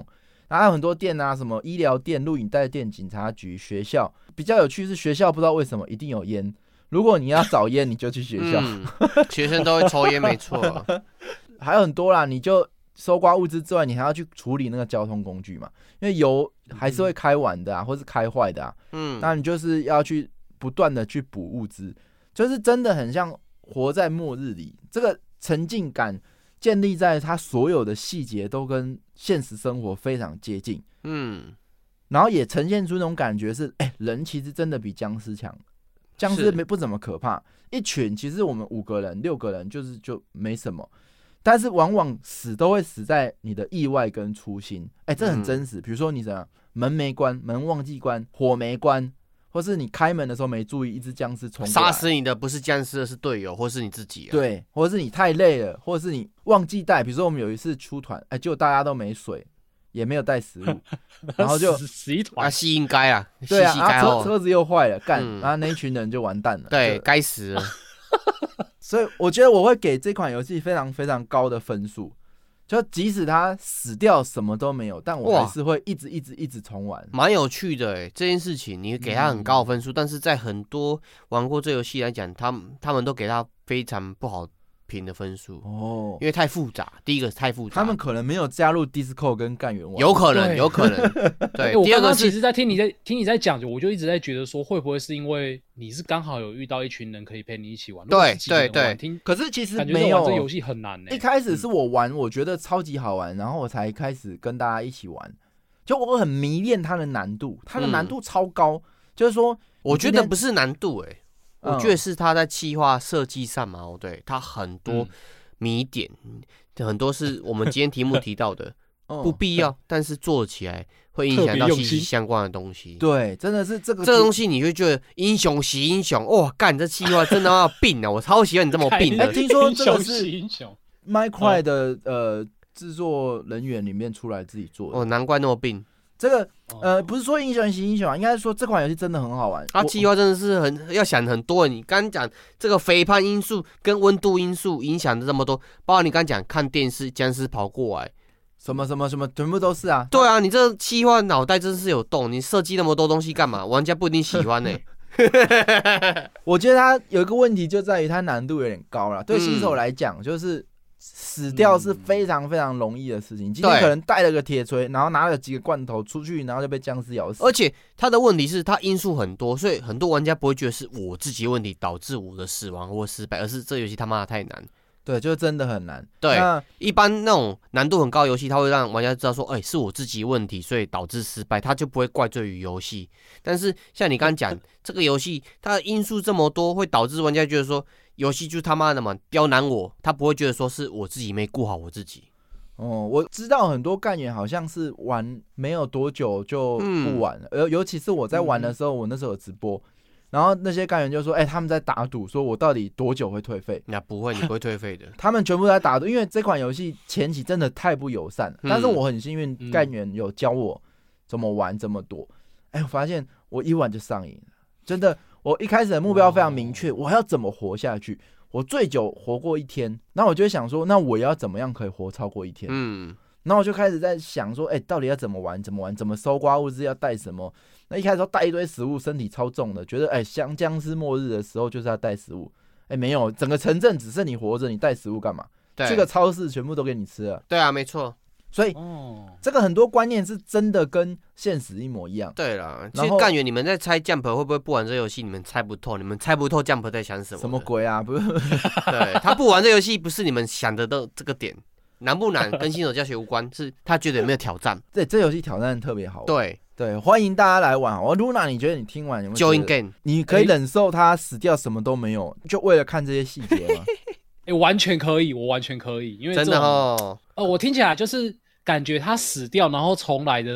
然后还有很多店啊，什么医疗店、录影带店、警察局、学校。比较有趣是学校，不知道为什么一定有烟。如果你要找烟，你就去 学校。
嗯、学生都会抽烟，没错。 啊
还有很多啦，你就搜刮物资之外，你还要去处理那个交通工具嘛，因为油还是会开完的啊，或是开坏的啊。
嗯，
那你就是要去不断的去补物资，就是真的很像活在末日里。这个沉浸感建立在它所有的细节都跟现实生活非常接近，
嗯，
然后也呈现出那种感觉是，哎、人其实真的比僵尸强。僵尸
是
没不怎么可怕，一群其实我们五个人、六个人就是就没什么，但是往往死都会死在你的意外跟粗心。哎、这很
嗯
真实。比如说你怎样门没关，门忘记关，火没关，或是你开门的时候没注意，一只僵尸冲过来
杀死你的不是僵尸，而是队友或是你自己、啊。，
啊对，或者是你太累了，或者是你忘记带，比如说我们有一次出团，哎、结果大家都没水，也没有 带食物，然后就
死死一
啊，
团，
是应该啊，
对啊，
是
然
该
后
哦
车车子又坏了，干，
嗯
然后那一群人就完蛋了。
对，
就
该死了。
所以我觉得我会给这款游戏非常非常高的分数，就即使它死掉什么都没有，但我还
哇嗯
是会一直一直一直重玩。
蛮有趣的诶，这件事情你给他很高的分
嗯
数，但是在很多玩过这游戏来讲，他们他们都给他非常不好评的分数，
哦
因，为太复杂。第一个太复杂，
他们可能没有加入 Disco 跟干员玩，
有可能，
对
有 可能，对
哎，。我
第二
刚
个
刚其
是
实，在听你在听你在讲，我就一直在觉得说，会不会是因为你是刚好有遇到一群人可以陪你一起玩？如
对
果是几个人
对
玩
对
听
可是其实
感觉
没
这
有
玩这游戏很难呢、
一开
嗯
始是我玩，我觉得超级好玩，然后我才开始跟大家一起玩。就我很迷恋它的难度，它的难度超高，就是说，
嗯我觉得不是难度诶，
嗯
我觉得是他在企划设计上嘛，哦对，他很多
嗯
谜点，很多是我们今天题目提 到的
嗯
不必要，但是做起来会影
哦特
响
别
到
用
息息
心
相关的东西。
对，真的是这个
这个东西你就觉得英雄惜英雄，哇、干这气话真的要病啊！我超喜欢你这么病
哎
的
这，听说这个
英雄
是
惜英雄，
MyCry 的、呃制作人员里面出来自己做的。
哦，难怪那么病。
这个
哦
呃不是说英雄惜英雄啊，应该是说这款游戏真的很好玩。
他
我
气话啊真的是很要想很多。你刚讲这个肥胖因素跟温度因素影响的这么多，包括你刚讲看电视僵尸跑过来，
什么什么什么全部都是啊。
对啊，你这气话脑袋真是有洞，你设计那么多东西干嘛？玩家不一定喜 欢呢、
我觉得它有一个问题就在于它难度有点高了，
嗯
对新手来讲就是。死掉是非常非常容易的事情。今天
对
可能带了个铁锤，然后拿了几个罐头出去，然后就被僵尸咬死。
而且他的问题是，他因素很多，所以很多玩家不会觉得是我自己的问题导致我的死亡或失败，而是这游戏他妈的太难。
对，就真的很难。
对，
那
一般那种难度很高的游戏，它会让玩家知道说，哎、是我自己问题，所以导致失败，他就不会怪罪于游戏。但是像你刚刚讲，这个游戏它的因素这么多，会导致玩家觉得说，游戏就他妈的嘛刁难我，他不会觉得说是我自己没顾好我自己。
哦，我知道很多干员好像是玩没有多久就不玩了，尤、尤其是我在玩的时候，我那时候有直播，然后那些干员就说：“哎、他们在打赌，说我到底多久会退费。”。
那不会，你不会退费的
他们全部都在打赌，因为这款游戏前期真的太不友善了。
嗯
但是我很幸运，
嗯
干员有教我怎么玩这么多。哎，我发现我一玩就上瘾了，真的。我一开始的目标非常明确，我要怎么活下去？我最久活过一天，那我就会想说，那我要怎么样可以活超过一天？
嗯，
然后我就开始在想说，哎、到底要怎么玩？怎么玩？怎么搜刮物资？要带什么？那一开始都带一堆食物，身体超重的，觉得哎，像僵尸末日的时候就是要带食物。哎、没有，整个城镇只剩你活着，你带食物干嘛？
对，
去个超市全部都给你吃了。
对啊，没错。
所以
哦，
这个很多观念是真的跟现实一模一样。
对啦，其
然
实
后
干员，你们在猜 Jump 会不会不玩这游戏？你们猜不透，你们猜不透 Jump 在想什么的。
什么鬼啊？不是，
对他不玩这游戏，不是你们想的都这个点难不难，跟新手教学无关，是他觉得有没有挑战。
这这游戏挑战得特别好玩。
对
对，欢迎大家来玩。我 Luna，你觉得你听
哦
完有没有
，join
觉得
game，
你可以忍受他死掉什么都没有，就为了看这些细节吗？
哎、完全可以，我完全可以，因为这
真的
种
哦，
呃，我听起来就是感觉他死掉，然后重来的，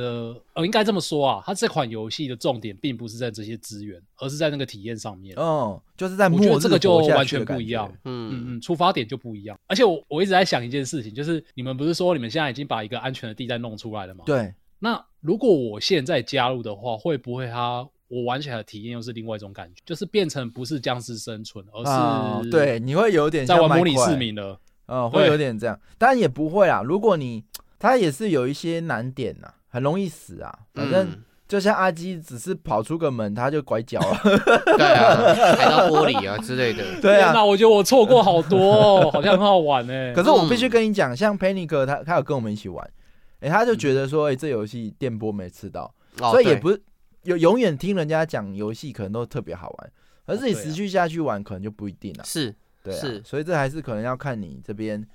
呃，应该这么说啊，他这款游戏的重点并不是在这些资源，而是在那个体验上面。
哦，就是在
我
末
觉
日
得这个就
活下去
完全
的感
不一
觉
样。
嗯
嗯嗯，出发点就不一样。而且我我一直在想一件事情，就是你们不是说你们现在已经把一个安全的地带弄出来了吗？。
对，
那如果我现在加入的话，会不会它我玩起来的体验又是另外一种感觉？就是变成不是僵尸生存，
啊
而，是
对，你会有点
在
像
玩模拟
Minecraft
市民了。
哦，会有
对
点这样，当然也不会啦。如果你它也是有一些难点呐、很容易死啊。反正
嗯，
就像阿基，只是跑出个门他就拐 脚了。
对啊，踩到玻璃啊之类的。
对啊
那，我觉得我错过好多、哦， 好像很好玩哎、
可是我必须跟你讲，像 Panic 他他有跟我们一起玩，哎、他
嗯
就觉得说，哎、这游戏电波没吃到，
哦
所以也
对
不是有永远听人家讲游戏可能都特别好玩，可是你
对啊
持续下去玩可能就不一定了、
是
对啊，
是
所以这还是可能要看你这边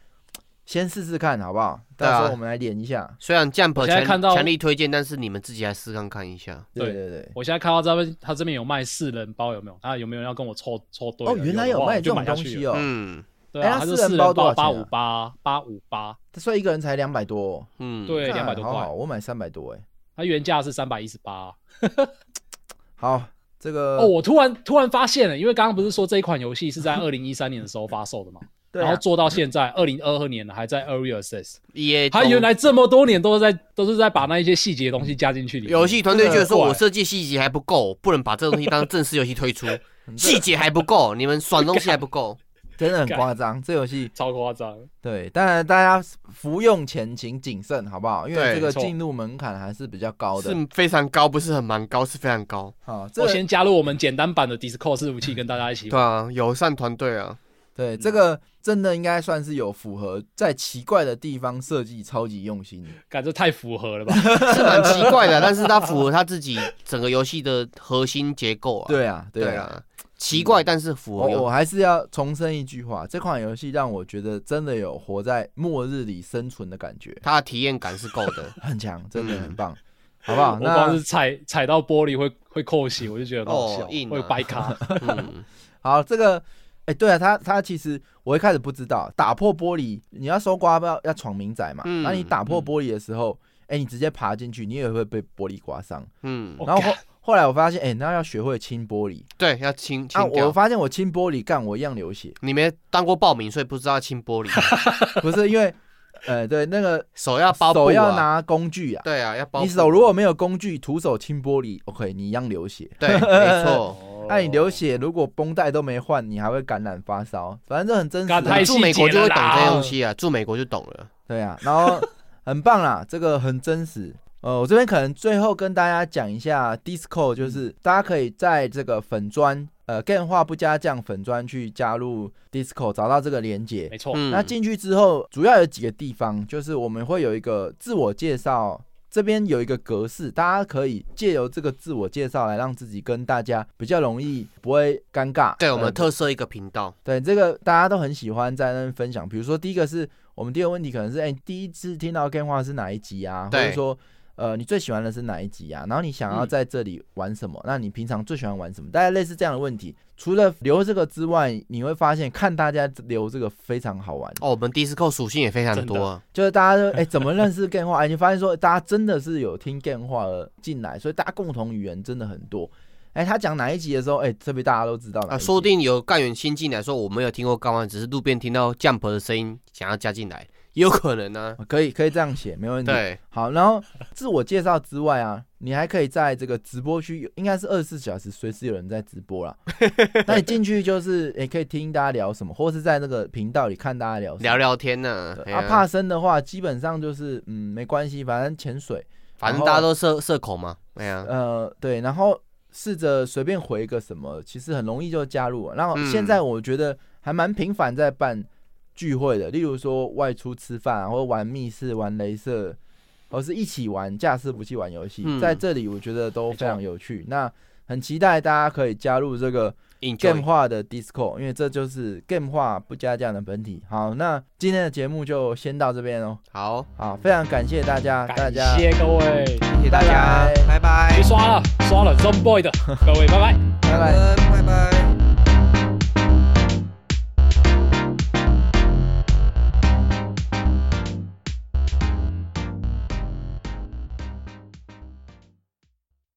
先试试看好不好？
对啊
到时候我们来连一下。
虽然 Jump
我现在
强
看到
强力推荐，但是你们自己来试看看一下。
对
对
对对，
我现在看到这边，他这边有卖四人包，有没有？他有没有人要跟我凑凑对了？
哦，原来
有的
有
话
卖
我
这
就
种
买下
东
去
西
了。
哦，
嗯，
对
哎
啊，
那
他就
四人
四
包
人
多少
包
钱
八
啊
五八八五八，
所以一个人才两百多哦，
嗯，
对，两百
干
多
好
块
好，。我买三百多哎。
它原价是三百一十八。
好，这个
哦，我突然突然发现了，因为刚刚不是说这一款游戏是在二零一三年的时候发售的嘛，
对
然后
啊，
做到现在二零二二年了，还在 Early Access。
也
他原来这么多年都是在都是在把那一些细节的东西加进去里面。
游戏团队觉得
真的
说，
很怪
我设计细节还不够，不能把这个东西当正式游戏推 出，细节还不够，你们爽东西还不够。
真的很夸张，这游戏
超夸张，
对，当然大家服用前请谨慎，好不好？因为
对
这个
没错
进入门槛还是比较高的。
是非常高，不是很蛮高，是非常高。
好，这
我
个
先加入我们简单版的 Discord 伺服器，跟大家一起
对啊，友善团队 啊，
嗯
对这个真的应该算是有符合在奇怪的地方设计超级用心的。
感觉太符合了吧？
是蛮奇怪的，但是它符合他自己整个游戏的核心结构啊。
对啊，
对
啊。嗯
啊，奇怪但是符合
我我
有。
还是要重申一句话，这款游戏让我觉得真的有活在末日里生存的感觉，
它的体验感是够 的
很强，真的
嗯
很棒，好不好？
我
啊那
光是踩踩到玻璃会会扣血，我就觉得很好笑，
哦硬啊
会掰 卡。
嗯，
好，这个，哎、对啊，他他其实我一开始不知道，打破玻璃，你要搜刮要要闯民宅嘛，
嗯
那、你打破玻璃的时候，哎、你直接爬进去，你也会被玻璃刮伤。
嗯，
哦
然后
干
后后来我发现，哎、那要学会清玻璃。
对，要清清
啊，我
掉。
发现我清玻璃干我一样流血，
你没当过报名，所以不知道清玻 璃，
不是因为，呃，对，那 个
手要包布
手要
啊。
拿工具啊，
对啊，要包布。
你手如果没有工具，徒手清玻璃，OK，你一样流血。
对，没 错。
哦
那、你流血，如果绷带都没换，你还会感染发烧，反正这很真实、
干太
啊。
住美国就会懂这些东
细
西啊，住美国就懂了。
对啊，然后很棒啦，这个很真实。 呃，我这边可能最后跟大家讲一下 Disco，就是大家可以在这个粉砖，呃，Game 话不加酱粉砖去加入 Disco，找到这个连接。
没错，
嗯，
哦那进去之后，主要有几个地方，就是我们会有一个自我介绍，这边有一个格式，大家可以借由这个自我介绍来让自己跟大家比较容易不会尴尬。
对我
呃
们特色一个频道，
对这个大家都很喜欢在那边分享。比如说第一个是我们第一个问题可能是，哎、第一次听到 game 话是哪一集啊？或
对
者说。呃，你最喜欢的是哪一集啊？然后你想要
嗯
在这里玩什么？那你平常最喜欢玩什么？大概类似这样的问题。除了留这个之外，你会发现看大家留这个非常好玩。
哦，我们 Disco 属性也非常多啊，
就是大家就哎、怎么认识 game 话？哎、你发现说大家真的是有听 game 话而进来，所以大家共同语言真的很多。哎、他讲哪一集的时候，哎、特别大家都知道哪
啊，
一集
说不定有干员新进来说我没有听过干完，只是路边听到 Jump 的声音想要加进来，也有可能呢。
可以可以这样写，没问题。
对，
好，然后自我介绍之外啊，你还可以在这个直播区，应该是二十四小时随时有人在直播 啦。那你进去就是也可以听大家聊什么，或是在那个频道里看大家聊什么。
聊聊天呢
对。
哎
啊，
呀
怕生的话，基本上就是嗯没关系，反正潜水，
反正大家都社社恐嘛，哎
嗯
呀，
呃对，然后试着随便回个什么，其实很容易就加入了。然后
嗯
现在我觉得还蛮频繁在办聚会的，例如说外出吃饭、啊，或者玩密室、玩镭射，或是一起玩架式服器玩游戏，
嗯
在这里我觉得都
没错
非常有趣。那很期待大家可以加入这个 Game
enjoy
化的 Discord，因为这就是 Game 化不加酱的本体。好，那今天的节目就先到这边哦。
好，
好，非常感谢大家，大
感
家
谢各位，
谢谢大家，拜拜
去，刷了刷了 Zone Boy 的各位，拜拜。
拜拜。
拜拜。